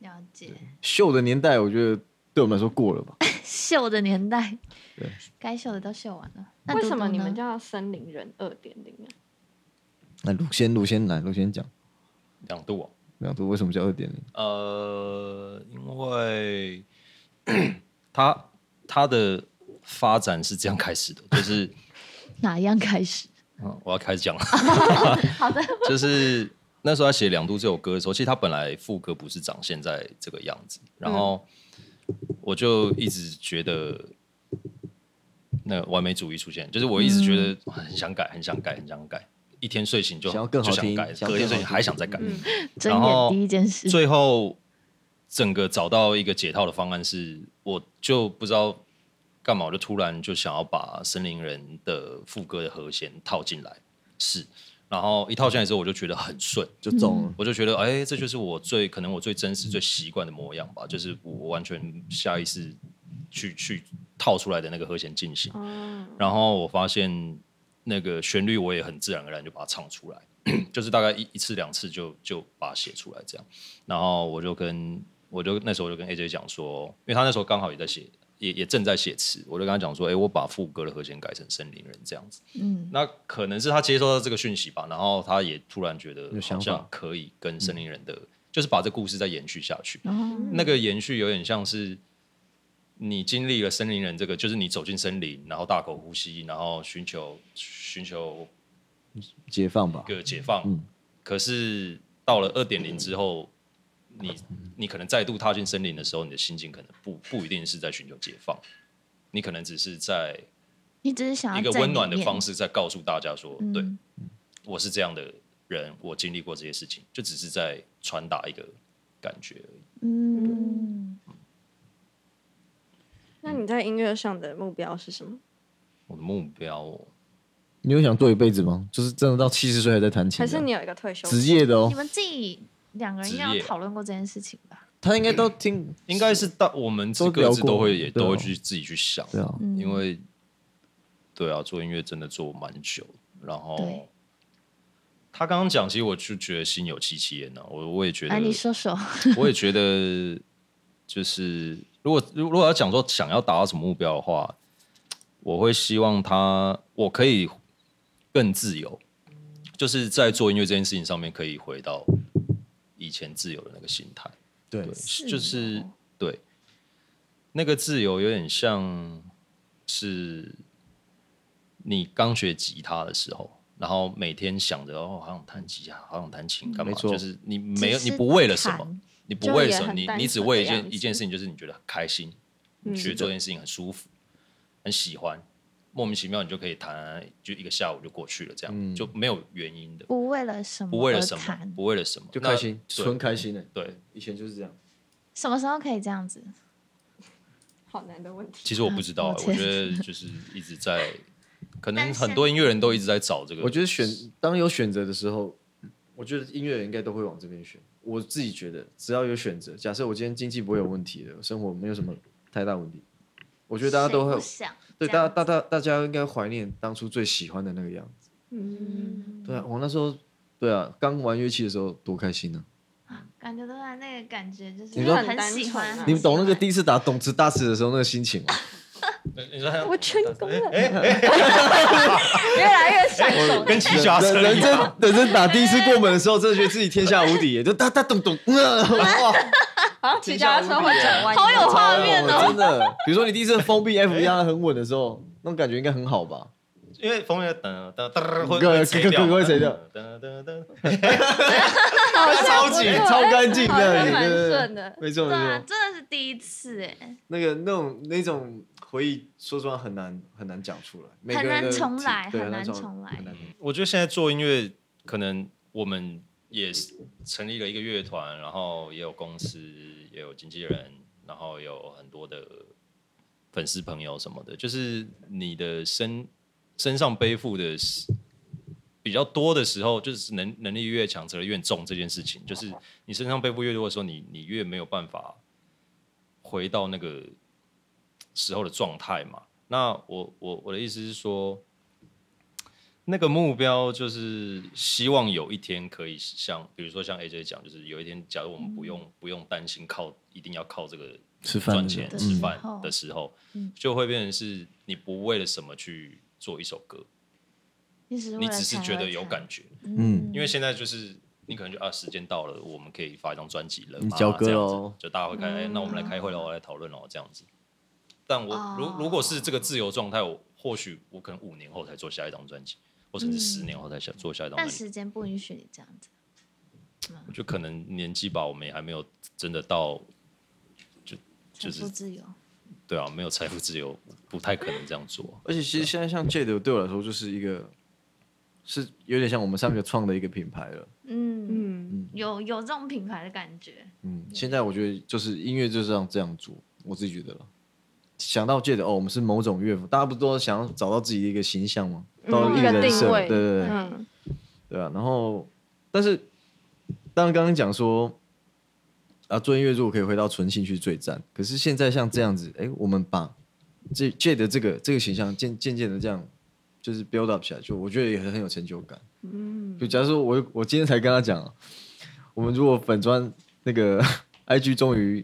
了解。
秀的年代，我觉得对我们来说过了吧。
秀的年代
对，
该秀的都秀完了。那
为
嘟
什么
嘟
你们
呢
叫森林人二点零啊？
那鲁先鲁先来，鲁先讲，
两度哦，
两度为什么叫二点零？
呃，因为 它它的发展是这样开始的，就是
哪样开始？
嗯，我要开始讲了。 好的，就是那时候他写《两度》这首歌的时候，其实他本来副歌不是长现在这个样子，然后我就一直觉得那完美主义出现，就是我一直觉得哇很想改，很想改，很想改，一天睡醒就
想要更好
就想
听
改，
想要
隔天
更好
睡醒还想再改，
嗯
睁眼
然后
第一件事，
最后整个找到一个解套的方案是，我就不知道干嘛，我就突然就想要把森林人的副歌的和弦套进来，是，然后一套进来之后，我就觉得很顺，
就中了。
我就觉得，哎、这就是我最可能我最真实、最习惯的模样吧，就是我完全下意识去去套出来的那个和弦进行。
哦，
然后我发现那个旋律我也很自然而然就把它唱出来， 就是大概一一次两次就就把它写出来这样。然后我就跟我就那时候我就跟 AJ 讲说，因为他那时候刚好也在写，也也正在写词，我就跟他讲说，哎、我把副歌的和弦改成森林人这样子。
嗯，
那可能是他接收到这个讯息吧，然后他也突然觉得
有想
好
法
像可以跟森林人的，就是把这故事再延续下去。
哦，
嗯
那个延续有点像是你经历了森林人这个，就是你走进森林，然后大口呼吸，然后寻求寻求
解放吧
一，个解放。可是到了二点零之后，你你可能再度踏进森林的时候，你的心境可能不不一定是在寻求解放，你可能只是在
你只是想要
一个
啊在
温
里
暖的方
面，
式在告诉大家说，对
嗯
我是这样的人，我经历过这些事情，就只是在传达一个感觉而已。
嗯，
那你在音乐上的目标是什么？
我的目标哦、
你有想做一辈子吗？就是真的到七十岁还在弹琴
还
的，
是你有一个退休
职业的
你
哦？
们自己两个人应该
职
有
业
讨论过这件事情吧？
他应该都听，
嗯应该是大我们
都
各
聊
自
过
都会也
对啊
都会去自己去想，
对啊，
嗯
因为对啊，做音乐真的做蛮久，然后
对
他刚刚讲，其实我就觉得心有戚戚焉呢、啊我我也觉得，
啊哎 来，你说说，
我也觉得，就是如果如果要讲说想要达到什么目标的话，我会希望他我可以更自由，就是在做音乐这件事情上面可以回到以前自由的那个心态。
对
对，就是
哦
对那个自由有点像是你刚学吉他的时候。然后每天想着哦，好想弹吉他，好想弹
嗯
琴，干嘛？
没错
就是你没有，
只
你
是
不为了什么
谈，
你不为了
就也
什么，
很
你
单
你只
纯
为
的
一件
样
一件
子嗯
事情，就是你觉得很开心，你觉得做这件事情很舒服，很喜欢，莫名其妙你就可以谈，就一个下午就过去了，这样、
嗯
就没有原因的，
不为了什么，
不为了什么，，不为了什么，
就
那
开心，纯
对
开心的、
对，
以前就是这样，
什么时候可以这样子？
好难的问题。
其实我不知道、
抱歉
我觉得就是一直在，可能
但是
很多音乐人都一直在找这个，
我觉得选当有选择的时候，我觉得音乐人应该都会往这边选。我自己觉得，只要有选择，假设我今天经济不会有问题的，生活没有什么太大问题，我
我
觉得大家都会
想，
对
这
大家
样
大大大家应该怀念当初最喜欢的那个样子。
嗯，
对啊，我那时候对啊，刚玩乐器的时候多开心啊！
感觉到他那个感觉就是
你说
很喜欢，啊很喜欢
你
你们懂那个第一次打懂词大词的时候那个心 情吗？
你说他
我成功了，
哎哎，
越来越享受。
跟齐家车
人
一样，
生人生打第一次过门的时候，真的觉得自己天下无敌耶，就哒哒咚咚，嗯 哇，
好像骑脚踏车会转弯，
好有画面哦
真的。比如说你第一次封闭 F 压的很稳的时候，那种感觉应该很好吧？
因为风乐噔噔噔会
各
会垂
各
掉
各
嘛，
会垂掉
噔噔噔噔，
超 级超干净
好
的，
像
你
蛮
对
顺
对
的
对，没错
对
没
啊，
错。
真的是第一次哎，
那个那种那种回忆，说实话很难很难讲出来，每个
很
人
难
的
重
体
来，
啊
对
很
难
难
重
重来
很。难重来。
我觉得现在做音乐，可能我们也是成立了一个乐团，然后也有公司，也有经纪人，然后有很多的粉丝朋友什么的，就是你的身身上背负的是比较多的时候，就是能能力越强，责任越重这件事情，就是你身上背负越多的时候，你你越没有办法回到那个时候的状态嘛。那我我我的意思是说，那个目标就是希望有一天可以像，比如说像 AJ 讲，就是有一天，假如我们不用、不用担心靠一定要靠这个
吃饭
赚
的时
钱
候
吃
嗯
饭的时候，就会变成是你不为了什么去做一首歌，
你只是为
你
了
只是
谈
觉
而
得有
谈
感觉，
嗯，
因为现在就是你可能就啊，时间到了，我们可以发一张专辑了，
你
啊
交歌
这样
咯
子，就大家会开，哎，那我们来开
嗯
会喽，来讨论喽，这样子。但我如
哦
如果是这个自由状态，我或许我可能五年后才做下一张专辑，或甚至十
嗯
年后才想做下一张专
但
辑，
时间不允许你这样子。
我就可能年纪吧，我们也还没有真的到，就就
财富
是
自由，
对啊，没有财富自由，不太可能这样做。
而且
啊
其实现在像 Jade 对我来说就是一个，是有点像我们三个创的一个品牌了。
嗯，
嗯，
有有这种品牌的感觉，
嗯，现在我觉得就是音乐就是这样这样做，我自己觉得了。想到 Jade 哦，我们是某种乐府，大家不都想要找到自己的一个形象吗？到
嗯
艺
一个
人
定
设，
位
对对对，
嗯，
对啊。然后，但是当然刚刚讲说，啊，做音乐如果可以回到纯兴趣最赞。可是现在像这样子，哎，我们把这 Jade 的这个这个形象渐渐渐的这样，就是 build up 起来，就我觉得也很很有成就感。嗯，就假如说我我今天才跟他讲、啊，我们如果粉砖那个 IG 终于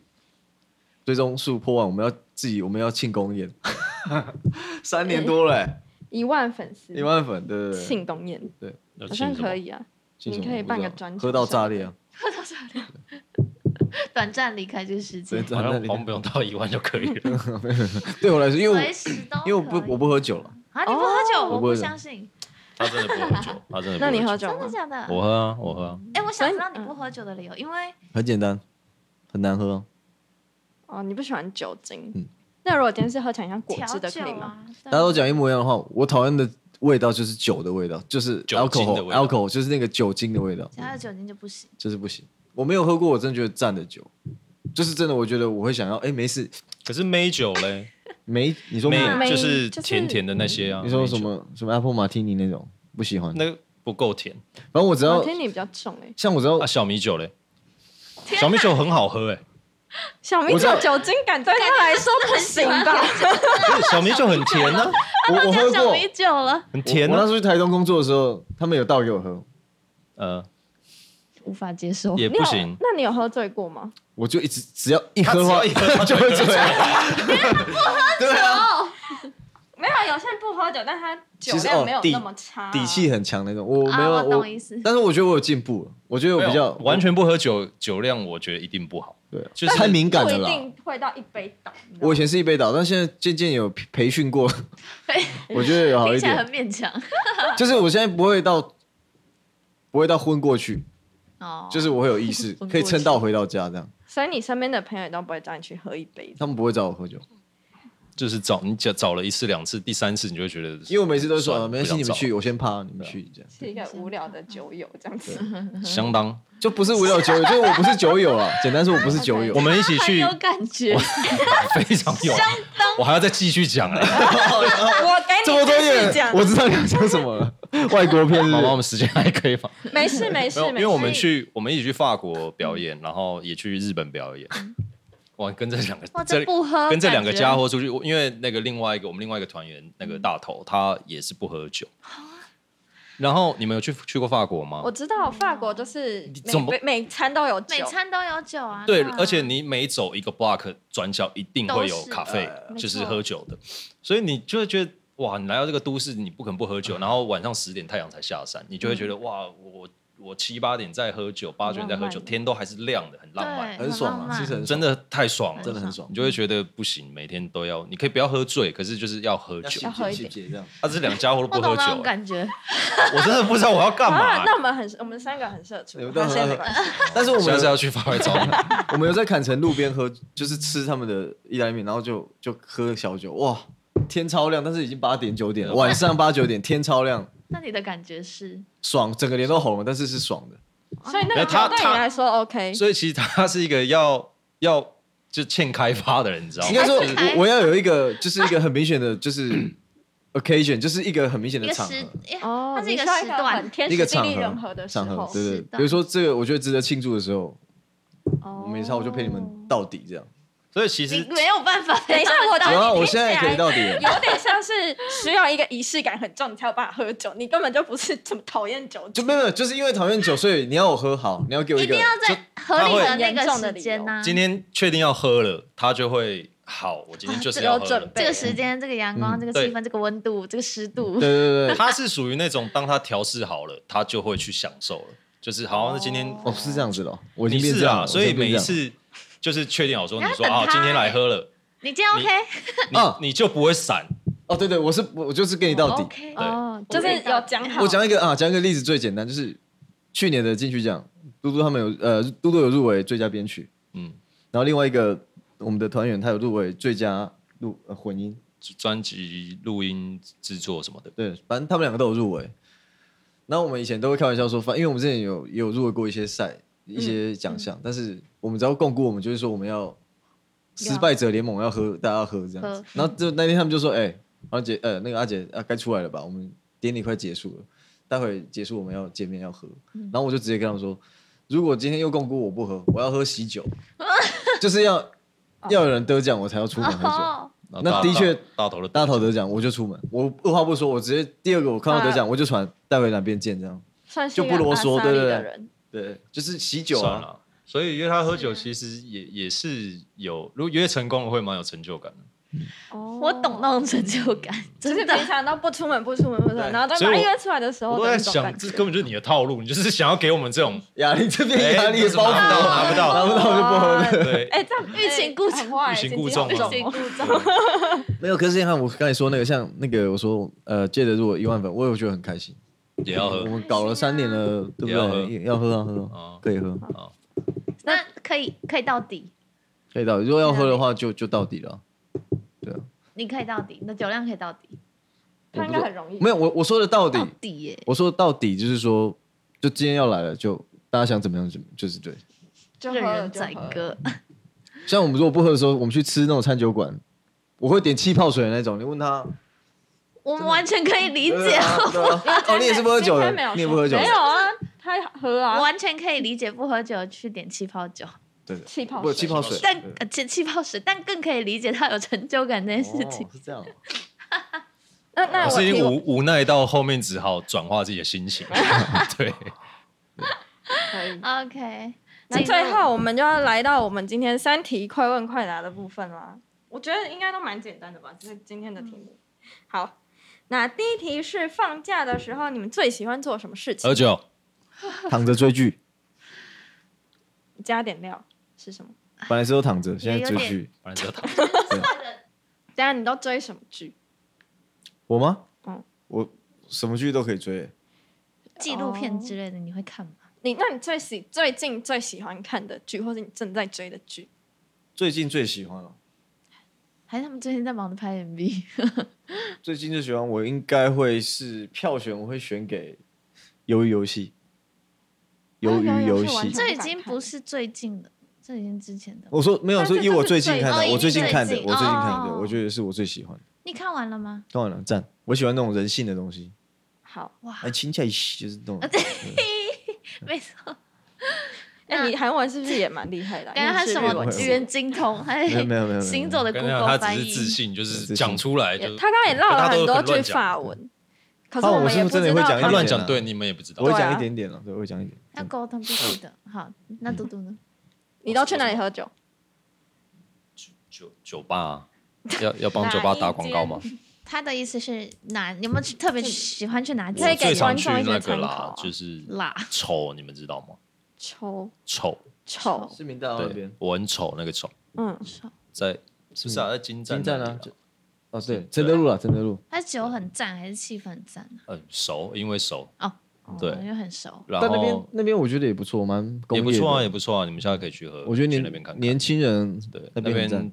追踪数破万，我们要自己我们要庆功宴， 三年多了、欸，
一万粉丝，
一万粉，对对对，
庆功宴好
那
像
庆什么
可以啊，
庆什么
你可以办个
我不知道
专场
喝到炸裂啊！
短暂离开这个世界
对，
好像好像不用到一万就可以了。
对我来说，因为我
随时都可以。
因为我不我不喝酒了，
啊，你不喝
哦
酒，
我
我
不会
不
的
相信，
他真的不喝酒，他真的不
那你
酒
喝酒
真的
吗？
假的？
我喝啊，我喝啊。
哎，我想知道
所以
你不喝酒的理由，因为
很简单，很难喝啊。
哦，你不喜欢酒精
嗯。
那如果今天是喝起来像果
调
汁的，可
酒
以吗？
啊，
大家都讲一模一样的话，我讨厌的味道就是酒的味道，就是
酒精的
alcohol
味道
alcohol 就是那个酒精的味道，
只要有酒精就不行。
就是不行。我没有喝过，我真的觉得赞的酒，就是真的，我觉得我会想要，哎，没事，
可是美酒嘞，
没你说没，
美
美
就是
就是
甜甜的那些啊。
你说
美酒
什么什么 apple martini 那种不喜欢，
那个不够甜
反正我只要
我听你比较重哎，
像我只要
啊！小米酒嘞，小米酒很好喝哎、
小明
我知
这
道
酒精感对他来说不行吧？
不是小米酒很甜 啊，
我我喝
讲
过，
米酒了，
很甜
我那
啊
时。候去台东工作的时候，他们有倒给我喝，
呃，
无法接受。
也
你
不
有
行。
那你有喝醉过吗？
我就一直只要一
他只
喝
要
话
一喝到
就会醉。
没有，有些人不喝酒，但他酒
其实
量
哦
没有
底
那么差啊、
底气很强那种，我
啊
没有，
我懂意思
但是我觉得我有进步了，我觉得我比
没有
较
完全不喝酒，酒量我觉得一定不好。
对，
就是
太敏感
不
了
一
啊
啦。
定会到一杯倒。你知道吗
我以前是一杯倒，但现在渐渐有培培 训过，我觉得有好
听
一
起来很
点。
勉强
就是我现在不会到不会到昏过去，
哦，
就是我会有 意识，可以撑到回到家这样。
所以你身边的朋友都不会找你去喝一杯。
他们不会找我 喝酒，
就是找你找找了一次两次，第三次你就会觉得，
因为我每次都说
算
啊
了
没关系，你们去，，我先趴，你们去这样。
是一个无聊的酒友这样子，
不想找相当。
就不是无聊酒友，就是我不是酒 友啊。简 单说，我不是酒友
我。们一起
很
去，
有感觉。
非常有，我还要再继续讲 哎，
我给
这么多
你
月
继续，讲
我知道你要讲什么了。外国片是不
妈
是
妈，我们时间还可以吗？
没事没
没
事
有，，因
没事
为我们去，我们一起去法国表演，
嗯
然后也去日本表演。 哇，跟这两
哇，
个
这不喝，
跟这两个
感觉
家伙出去，我因为那个另外一个我们另外一个团员那个大头，他也是不喝酒。
啊
然后你们有去去过法国吗
我？知道法国就是
怎
每
么
每嗯每餐都有酒，
每餐都有酒啊。
对，
对啊，
而且你每走一个 block 转角一定会有
都是呃
咖啡，
没
就是
错
喝酒的，所以你就会觉得哇，你来到这个都市，你不可能不喝
嗯
酒，然后晚上十点太阳才下山，你就会觉得哇，我我七八点在喝酒，八九点在喝酒，
浪漫
天都还是亮的，很浪漫，
对
很爽
浪
啊，
漫
其实很爽
真的太爽了，
真的很爽
你。就会觉得不行，每天都要，你可以不要喝醉，可是就是要喝酒。
要喝一点
这样。
他、啊、这两家伙都
我
不喝
懂那
酒
种、感觉，
我真的不知道我要干嘛、
啊，那我们很我们三个很社畜
你，们都
但是
很
没 关系。
但是我
我下
们
次要去法外 找你。
我们有在坎城路边喝，就是吃他们的意大利面，然后就就喝小酒，哇，天超亮，但是已经八点九点了，晚上八九点天超亮，
那你的感觉是？
爽，整个脸都红了，但是是爽的。
所以那个
没有
酒
他
对你
他
来说 OK，
所以其实他是一个要要就欠开发的人，你知道
应
吗
该？说，
还是
我我要有一个，就是一个很明显的，就是 occasion，就是一个很明显
一
的
个
场
时
合。，
哎
哦，
它是一个
你需要
时段
很，天
一个
时地
场
利
合
人和的时
场合
候，，
对对
是
对，
的
比如说这个，我觉得值得庆祝的时候，
哦
我没差，我就陪你们到底这样。
所以其
你
实
没有办法。
等一下我
有
你
啊，
听
我现在
起
可以
来
到底了。
有点像是需要一个仪式感很重，你才有办法喝酒。你根本就不是怎么讨厌酒，
就没有，没有就是因为讨厌酒，所以你要我喝好，你要给我
一
个
定要在
啊
合理的那
他会
个时间呐、
今天确定要喝了，他就会好，我今天就是要喝
啊这有准
了。
备
这个时间、这个阳光、
嗯
这个
对
气氛、这个温度、这个湿度，
对对对，对
他是属于那种当他调试好了，他就会去享受了，就是好，那今天
哦是这样子的哦，我已
你
经变
是
这样
啊，
了，
所以每一
我现在变
次就是确定好说，
你
你
要
说
等
啊，
他
今天来
欸
喝了，
你今天 OK？
你
啊
你就不会散，
这样哦，对对，我是我我就是跟你到底。
OK，
对
哦，就是有讲好。
我讲一个啊，讲一个例子最简单，就是去年的金曲奖，嘟嘟他们有呃，嘟嘟有入围最佳编曲，
嗯，
然后另外一个我们的团员他有入围最佳录、呃、混音，
专辑录音制作什么的，
对，反正他们两个都有入围。然后我们以前都会开玩笑说，反因为我们之前有也有入围过一些赛、一些奖项，但是我们只要共估，我们就是说我们要失败者联盟要喝，大家要喝这样子
喝。
然后就那天他们就说：“哎、阿姐，呃，那个阿姐啊，该出来了吧？我们典礼快结束了，待会结束我们要见面要喝。然后我就直接跟他们说：“如果今天又共估我不喝，我要喝喜酒，就是要要有人得奖我才要出门喝酒。
哦，
那
大
的确
大大头的
大头得奖，我就出门，我二话不说，我直接第二个我看到得奖，我就传带回南边见，这样。
算是
就不啰嗦
一个阿萨利
对对
的
对
人
对，就是喜酒
算
啊，
了。所以约他喝酒其实也也是有，如果约成功了会蛮有成就感的。
哦
我懂那种成就感，
就
真
是
的
平。常都不出门，不出门，不出门，
对
然后到
所以我
约出来的时候
我
的
都
哦那
在
种感
想，
觉，
这根本就是你的套路，你就是想要给我们 这种
压力这边
哎
压力
不
的
是
包
拿不到
袱啊
拿不到
拿不到就不喝了。
哇
对，
哎，这样
欲擒故纵
哎很坏
欲擒
心
故
机
纵
好
啊
重
欲擒
哦
故
没有，可是你看我刚才说那个，像那个我说呃借的如果一万粉，我也觉得很开心。
也要
我
喝。
们搞了三年了，对不
也要喝
对？要喝啊喝啊
哦，
可以喝，
啊，
那可以可以到底，
可以到底。如果要喝的话，就就到底了。对啊，
你可以到底，你的酒量可以到底，
他应该很容易
没。有我我说的到底
到，底耶、
我说的到底就是说，就今天要来了，就大家想怎么样就就是对。
就喝
任
了
人
就喝
宰
了
割。
像我们如果不喝的时候，我们去吃那种餐酒馆，我会点气泡水的那种。你问他，
我们完全可以理
对
解，
啊对啊哦，你也是不喝酒 的
今天没有，说
你也不喝酒的
没，有啊，他喝
我
啊，
完全可以理解不喝酒去点气泡酒，
对的，
气泡
不
水
气泡水，
但
对
呃气气泡水，但更可以理解他有成就感这件 事情
哦。是这样，
那那
我
我
是已
提我
经
哦
无无奈到后面只好转化自己的心情。对，
可以。
哦
OK，
那最后我们就要来到我们今天三题快问快答的部分啦。我觉得应该都蛮简单的吧，这是今天的题目。好，那第一题是放假的时候你们最喜欢做什么事情？
喝酒，
躺着追剧，
加点料是什么？
本来是都躺着，现在
有
追
点
剧。
反正就 躺。
等一下你都追什么剧？
我吗？
嗯
我什么剧都可以追。
纪录片之类的你会看吗？
你那你最喜最近最喜欢看的剧，或者你正在追的剧？
最近最喜欢哦了，
还是他们最近在忙着拍 MV？
最近最喜欢我应该会是票选，我会选给《鱿鱼游戏》。鱿鱼游
鱿鱼游戏完
戏
全，
这已经不是最近的，这已经之前的。
我说没有
但是
说以我最近看
这
的，
是
我最近看的，
最近
我最近看的，
哦
我觉得是我最喜欢的。
你看完了吗？
当然了，赞，我喜欢那种人性的东西，
好，
哇，
哎，亲切就是那种。
啊没错，
哎、
那
你韩文是不是也蛮厉害的啊？
感觉他
你是
什
日
么
文
语言精通，还
没有没有没有没有
行走的
跟你讲，他
Google 翻
只是自
译。
信，就是
自信
讲出来
也
就嗯
他刚刚也唠了
大家都
很多
很
句
乱讲嗯
法文，可是
法文
我们也
哦是
不
不是真的
知
会
道
讲一
他
点
乱
啊
讲，对你们也不知道
我。会
对啊
讲一点点了，对，我会讲一点。
要沟通必须的。好，那
嗯
嘟嘟呢？
你都去哪里喝酒？
酒酒吧啊要要帮酒吧打广告吗？
他的意思是哪？你有没有去特别喜欢去哪
我
几
可以
个
给
最常
观
去
众一些
那个
参考
啦
啊，
就是
啦？
丑，你们知道吗？
丑
丑，
丑，
市民大道那
对
边，
我很丑那个丑，
嗯，
在是不是啊？在金站
金站
那里啊，
啊哦对，承德路了，承德路。
他酒很赞还是气氛很赞啊？
嗯，熟，因为熟，
哦
对
因为很熟。
然
但那边
后
那边我觉得也不错，蛮工
也
业的
不错啊，也不错啊，你们下次可以去喝，
我觉
去
得年
那边看看，
年轻人
对，
那
那
边很赞
边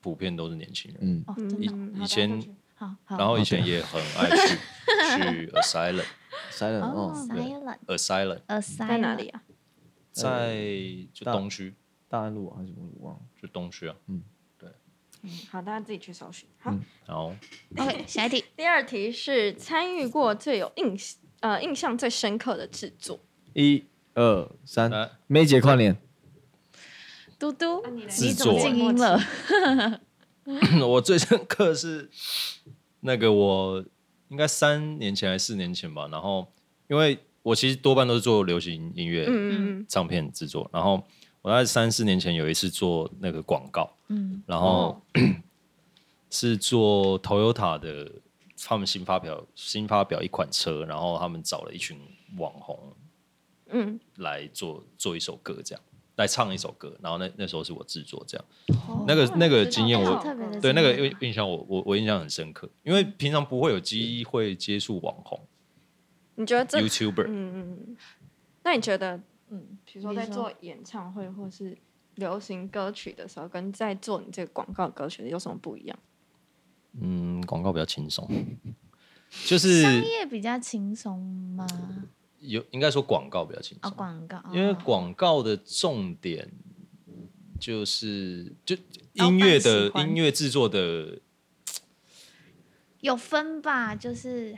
普遍都是年轻人，
嗯，
哦，真的
嗯，
以前
好的
好好。
然后以前也很爱去 去 asylum，asylum
塞人
哦
哦，
，silent，呃
在哪里？啊？
在就
大
东区，
大安路啊还是什么路忘了。
就东区啊，
嗯，好，大家自己去搜寻。
嗯
好，
然后
OK，下一题。
第二题是参与过最有印呃印象最深刻的制作。
一二三
来，
梅姐跨年，
嘟
啊
嘟，
制
你怎
作
么静音了？
我最深刻是那个我应该三年前还是四年前吧，然后因为我其实多半都是做流行音乐
嗯嗯
唱片制作，然后我大概三四年前有一次做那个广告，
嗯，
然
嗯，
后，是做 Toyota 的，他们新发表新发表一款车，然后他们找了一群网红
嗯，
来做做一首歌，这样来唱一首歌，然后那那时候是我制作这样，
哦
那个那个经验
好
我
特别的经验
对那个印印象我我我印象很深刻，因为平常不会有机会接触网红
你觉得这
YouTuber，、
嗯嗯，那你觉得嗯，比如说
你
在
说
做演唱会或是流行歌曲的时候，跟在做你这个广告歌曲有什么不一样？
嗯，广告比较轻松，就
商
是
业比较轻松吗？
有应该说广告比较轻
哦，
松，
广告，
因为
哦
广告的重点就是就
老板
音乐
喜
的
欢
音乐制作的，
有分吧，就是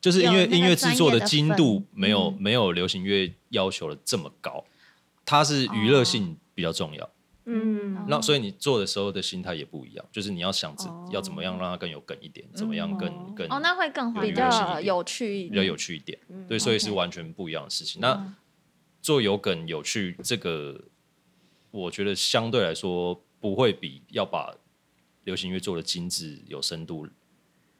就是音乐
有那个
音乐制作精度
专业的分
没有
嗯
没有流行乐要求的这么高，它是娱
哦
乐性比较重要。
嗯
那所以你做的时候的心态也不一样，就是你要想着
哦
要怎么样让它更有梗一点，怎么样更更
嗯哦，那会更
有
欢
比
娱乐性一
较
点
有趣一
比较
点，
有趣一点。对，所以是
OK 嗯
完全不一样的事情。那做有梗有趣，这个我觉得相对来说不会比要把流行乐做的精致、有深度，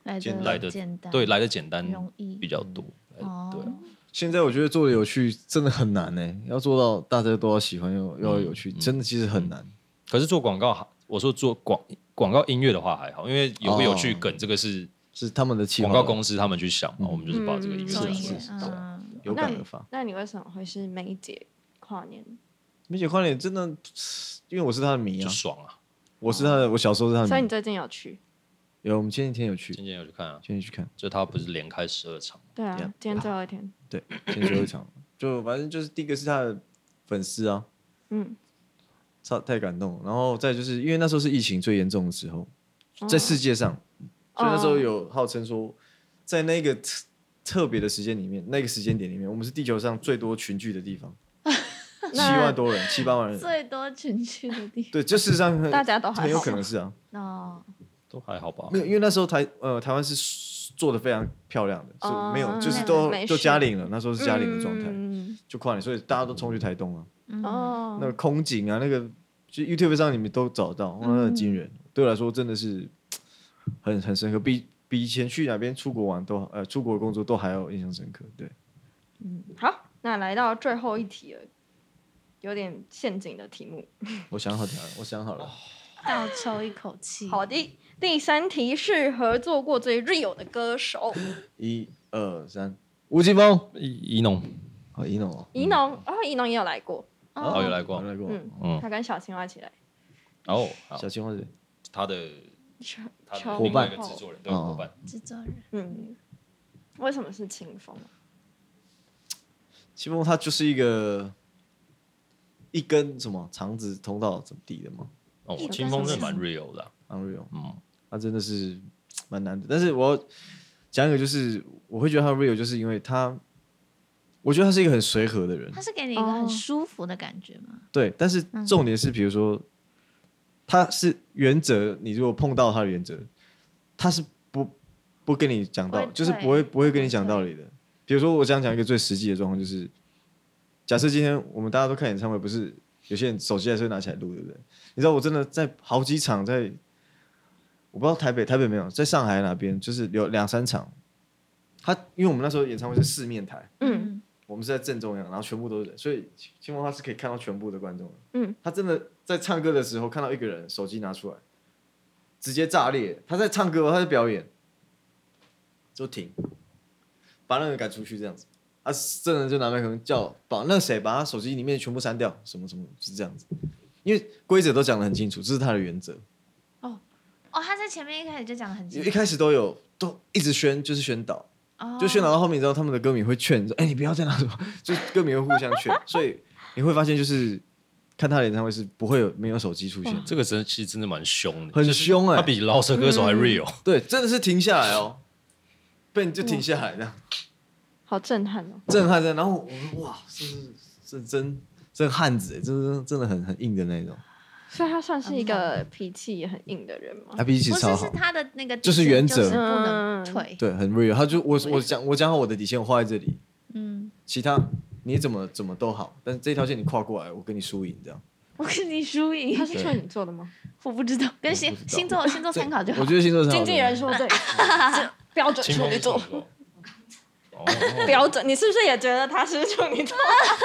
来
简
的
来得
简单，
对，来的简单
容易
比较多。
哦
对啊，
现在我觉得做的有趣真的很难呢，要做到大家都要喜欢又又要有趣，真的其实很难。
可是做广告还，我说做广广告音乐的话还好，因为有不有趣
哦
梗这个是
是他们的嗯企划
广告公司他们去想嘛，我们就是把这个音
做
乐
音
制
乐
作，
嗯，
有感而发。
那你为什么会是梅姐跨年？
梅姐跨年真的，因为我是哦她的迷
就
嗯
啊，
爽啊！
我是她的，我小时候是她
所
的
以你
迷。
最近有去？
有，我们前几天有去，
今
前
天有去看啊，
几天去看，
就他不是连开十二场吗，
对啊
Yeah
今天最后一天。
对，今天最后一 场，就反正就是第一个是她的粉丝啊，
嗯，
超太感动了。然后再就是因为那时候是疫情最严重的时候，
哦
在世界上，所以那时候有号称说，在那个特特别的时间里面，那个时间点里面，我们是地球上最多群聚的地 方，七万多人，七八万人。
最多群聚的地
对，这事实上很
大家都还好
很有可能是啊，
方哦，
都还好吧
没。有，因为那时候台呃台湾是做的非常漂亮的，
哦
是没有，
那
就是
那
都
没
都
事
嘉陵了，那时候是嘉陵的状态，
嗯
就跨年，所以大家都冲去台东啊，
嗯
哦，
那个空景啊，那个就 YouTube 上你们都找到，哇，那很惊
嗯
人，对我来说真的是很很深刻，比比以前去哪边出国玩都呃出国工作都还要印象深刻，对。
好，那来到最后一题了，有点陷阱的题目。
我想好了，我想
哦
好了，
倒抽一口气。
好的，第三题是合作过最 real 的歌 手
一二三，吴奇峰，
伊伊农
好，一诺，
怡农，哦，怡农也有来过，
哦有来过
有，来过，
嗯，
嗯，
他跟小青蛙一起来，
哦，好
小青花姐，
他的
秋
他
秋
的另外一
后
个制作人对伙伴，
制作人，
嗯，为什么是清风？啊
奇峰他就是一个一根什么肠子通到怎么地的嘛
哦
一，个
清
什
风
么
是蛮 real 的啊，
，Unreal，
嗯，
他真的是蛮难的。但是我要讲一个，就是我会觉得他 Real，就是因为他，我觉得他是一个很随和的人
他，是给你一个
哦
很舒服的感觉吗？
对。但是
嗯
重点是，比如说他是原则，你如果碰到他的原则，他是不不跟你讲道
不会，
就是
退
不会不会跟你讲道理的。比如说，我想讲一个最实际的状况，就是假设今天我们大家都看演唱会，不是有些人手机还是会拿起来录，对不对？你知道我真的在好几场在，我不知道台北台北没有，在上海哪边就是有两三场，他因为我们那时候演唱会是四面台，
嗯，
我们是在正中央，然后全部都是人，所以青风他是可以看到全部的观众的。
嗯，
他真的在唱歌的时候看到一个人手机拿出来，直接炸裂。他在唱歌，他在表演，就停，把那个人赶出去这样子。啊，真的就拿麦克风叫把那谁把他手机里面全部删掉，什么什么是这样子。因为规则都讲得很清楚，这是他的原则。
哦，他在前面一开始就讲得很清
一
楚，
开始都有都一直宣，就是宣导。
哦
就宣导到后面之后，他们的歌迷会劝说：“哎、你不要再拿什么。”就是歌迷会互相劝，所以你会发现，就是看他的演唱会是不会有没有手机出现，
这个真的其实真的蛮凶欸的，
很
就是
凶哎、
他比饶舌歌手还 real，
对，真的是停下来哦，被你就停下来这样，
好震撼哦，
震撼的。然后我们哇，这是这真真汉子、欸，这是真的很很硬的那
哦
种。
所以他算是一
啊
个脾气也很硬的人嘛
他，脾气
哦不
超
是是
好，
他的那个底线，
就是原则
就是不能退。
对，很 real。他就我我讲我讲好我的底线，我画在这里，
嗯，
其他你怎么怎么都好，但是这条线你跨过来，我跟你输赢这样。
我跟你输赢
他，是处女座的吗？
我不知道，跟星星座星座参考就好
我。觉得星座是好的
经纪人说 对，这标准
清
处
风
女
是
座
什，么哦，
标准，你是不是也觉得他是处女座？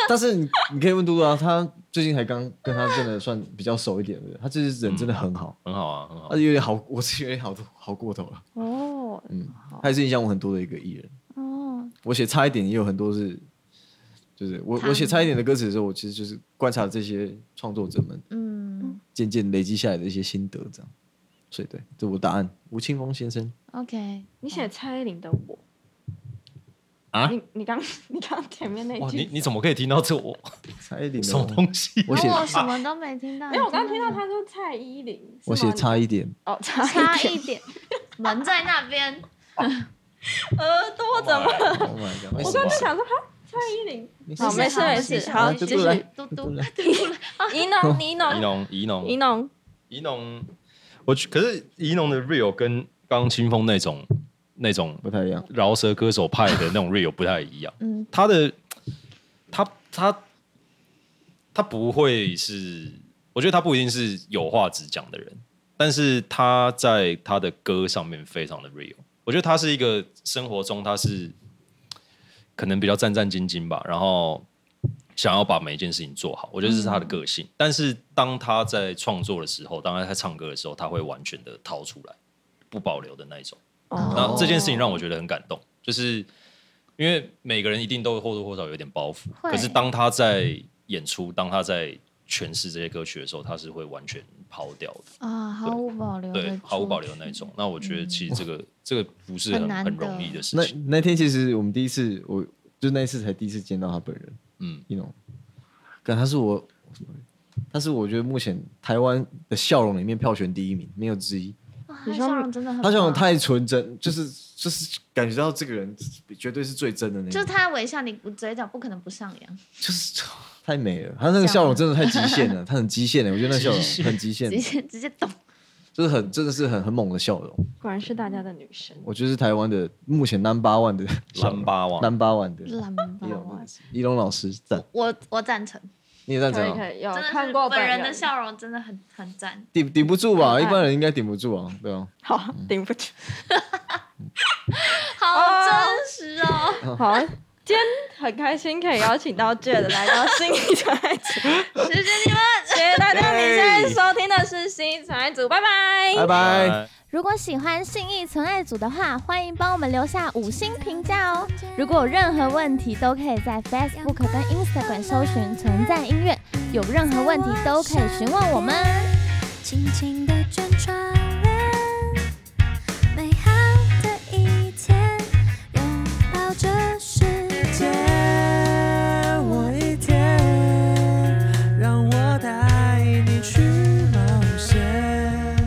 但是你你可以问嘟嘟啊，他最近才刚跟他真的算比较熟一点的，他这人真的很好，
很好啊，很好
他。有点好，我是有点好好过头了，
哦，
嗯，他也是影响我很多的一个艺人。
哦，
我写差一点也有很多是，就是我
他
我写差一点的歌词的时候，我其实就是观察这些创作者们
嗯
渐渐累积下来的一些心得，这样。所以对，这我答案，吴青峰先生。
，OK，
你写蔡依林的我
啊
你你刚你刚前面那
哇，你
句，
你怎么可以听到这我
差一点
什么东西？
我写
哦我什么都没听到，
没有，我刚刚听到
你
他说蔡依林，
我
是吗
写差一点，
哦，
真的
差
差一点，门在那边，
耳朵呃怎么？
？Oh my god！
我
为什
刚
么
刚想说哈，蔡依林，
没事
好没事没事好
就
继续
嘟嘟来
嘟嘟，
怡农怡
怡
农
农，怡
怡
农，
农，
怡农，我去可是怡农的 real 跟刚刚清风那种那种
不太一样。
饶舌歌手派的那种 real 不太一样。
嗯，
他的他他他不会是，我觉得他不一定是有话直讲的人，但是他在他的歌上面非常的 real。我觉得他是一个生活中他是可能比较战战兢兢吧，然后想要把每一件事情做好，我觉得这是他的个性。但是当他在创作的时候，当他在唱歌的时候，他会完全的掏出来，不保留的那一种。
哦
哦
那啊这件事情让我觉得很感动，就是因为每个人一定都或多或少有点包袱，
会
可是当他在演出，当他在诠释这些歌曲的时候，他是会完全抛掉的，
啊，毫无保留，
对，毫无保留的那。种。那我觉得其实这个这个不是
嗯很
很
难
很
得
容易的事
那
情，
那天其实我们第一次，我就那一次才第一次见到他本人，
嗯，
一农，但他是我，他是我觉得目前台湾的笑容里面票选第一名，没有之一。
哇，他笑容真的很，
他笑容，太纯真，就是就是感觉到这个人绝对是最真的那
就是
种，
他微笑，你嘴角不可能不上扬。
就是太美了。他那个笑容真的太极限了，他很极限的，我觉得那笑容很极限
直，接直接懂。
这是很真的是很很猛的笑容。
果然是大家的女神。
我就是台湾的目前 number one 的
蓝八王，
number one 的
蓝
一龙
宝，
一龙老师赞，
我我赞成，
你也赞成
可以
啊？
可以，有
真的
看
是
过
哦本人哦
人
的，笑容真的很很赞。
顶顶不住吧？
可爱
一般人应该顶不住啊，对啊。
好顶不住。
好真实哦！
好，啊今天很开心可以邀请到 Jade 来到新一传爱组，
谢谢你们。
谢谢大家。你现在收听的是新一传爱组，拜拜。
拜拜。
如果喜欢信义存爱组的话，欢迎帮我们留下五星评价哦。如果有任何问题，都可以在 Facebook 跟 Instagram 搜寻“存在音乐”，有任何问题都可以询问我们。
轻轻地卷窗帘，美好的一天，拥抱这世界。
借我一天，让我带你去冒险，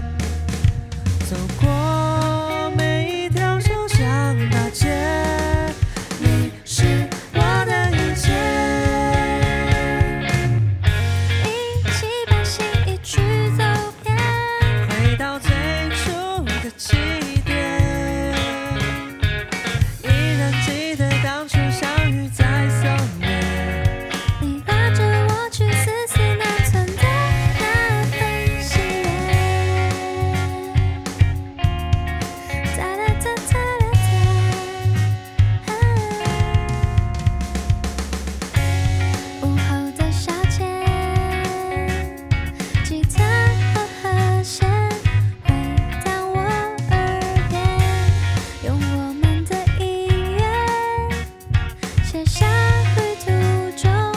走过每一条小巷大街，你是我的一切。
一起把心意去走遍，
回到最初的起点，依然记得当初相遇在松烟。
你拉着我去丝丝难存的那份喜悦。哒啦哒哒啦哒，
啊
午后的小街，吉他和和弦回荡我耳边，用我们的音乐。写下旅途中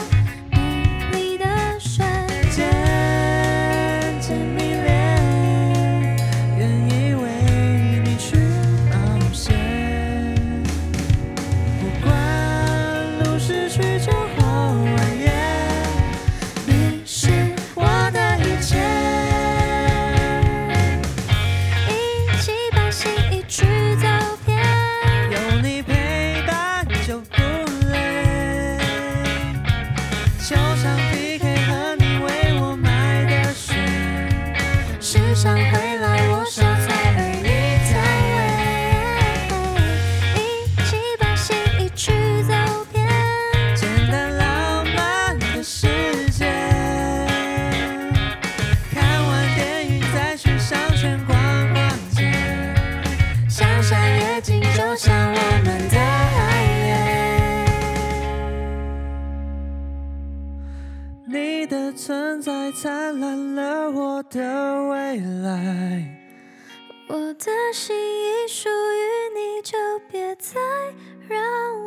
美丽的瞬间。
渐渐迷恋，愿意为你去冒险。不管路是曲折或蜿蜒，
你是
我的一切。
一起把心意去走遍，
有你陪伴就不累，就像 PK 和你为我买的水，
时常回来我手菜，而你在尾。一起把心意去走遍，
简单浪漫的世界。看完电影再去商圈逛逛街，
想象夜景就像我们的爱恋。
你的存在灿烂了我的未来。
我的心已属于你，就别再让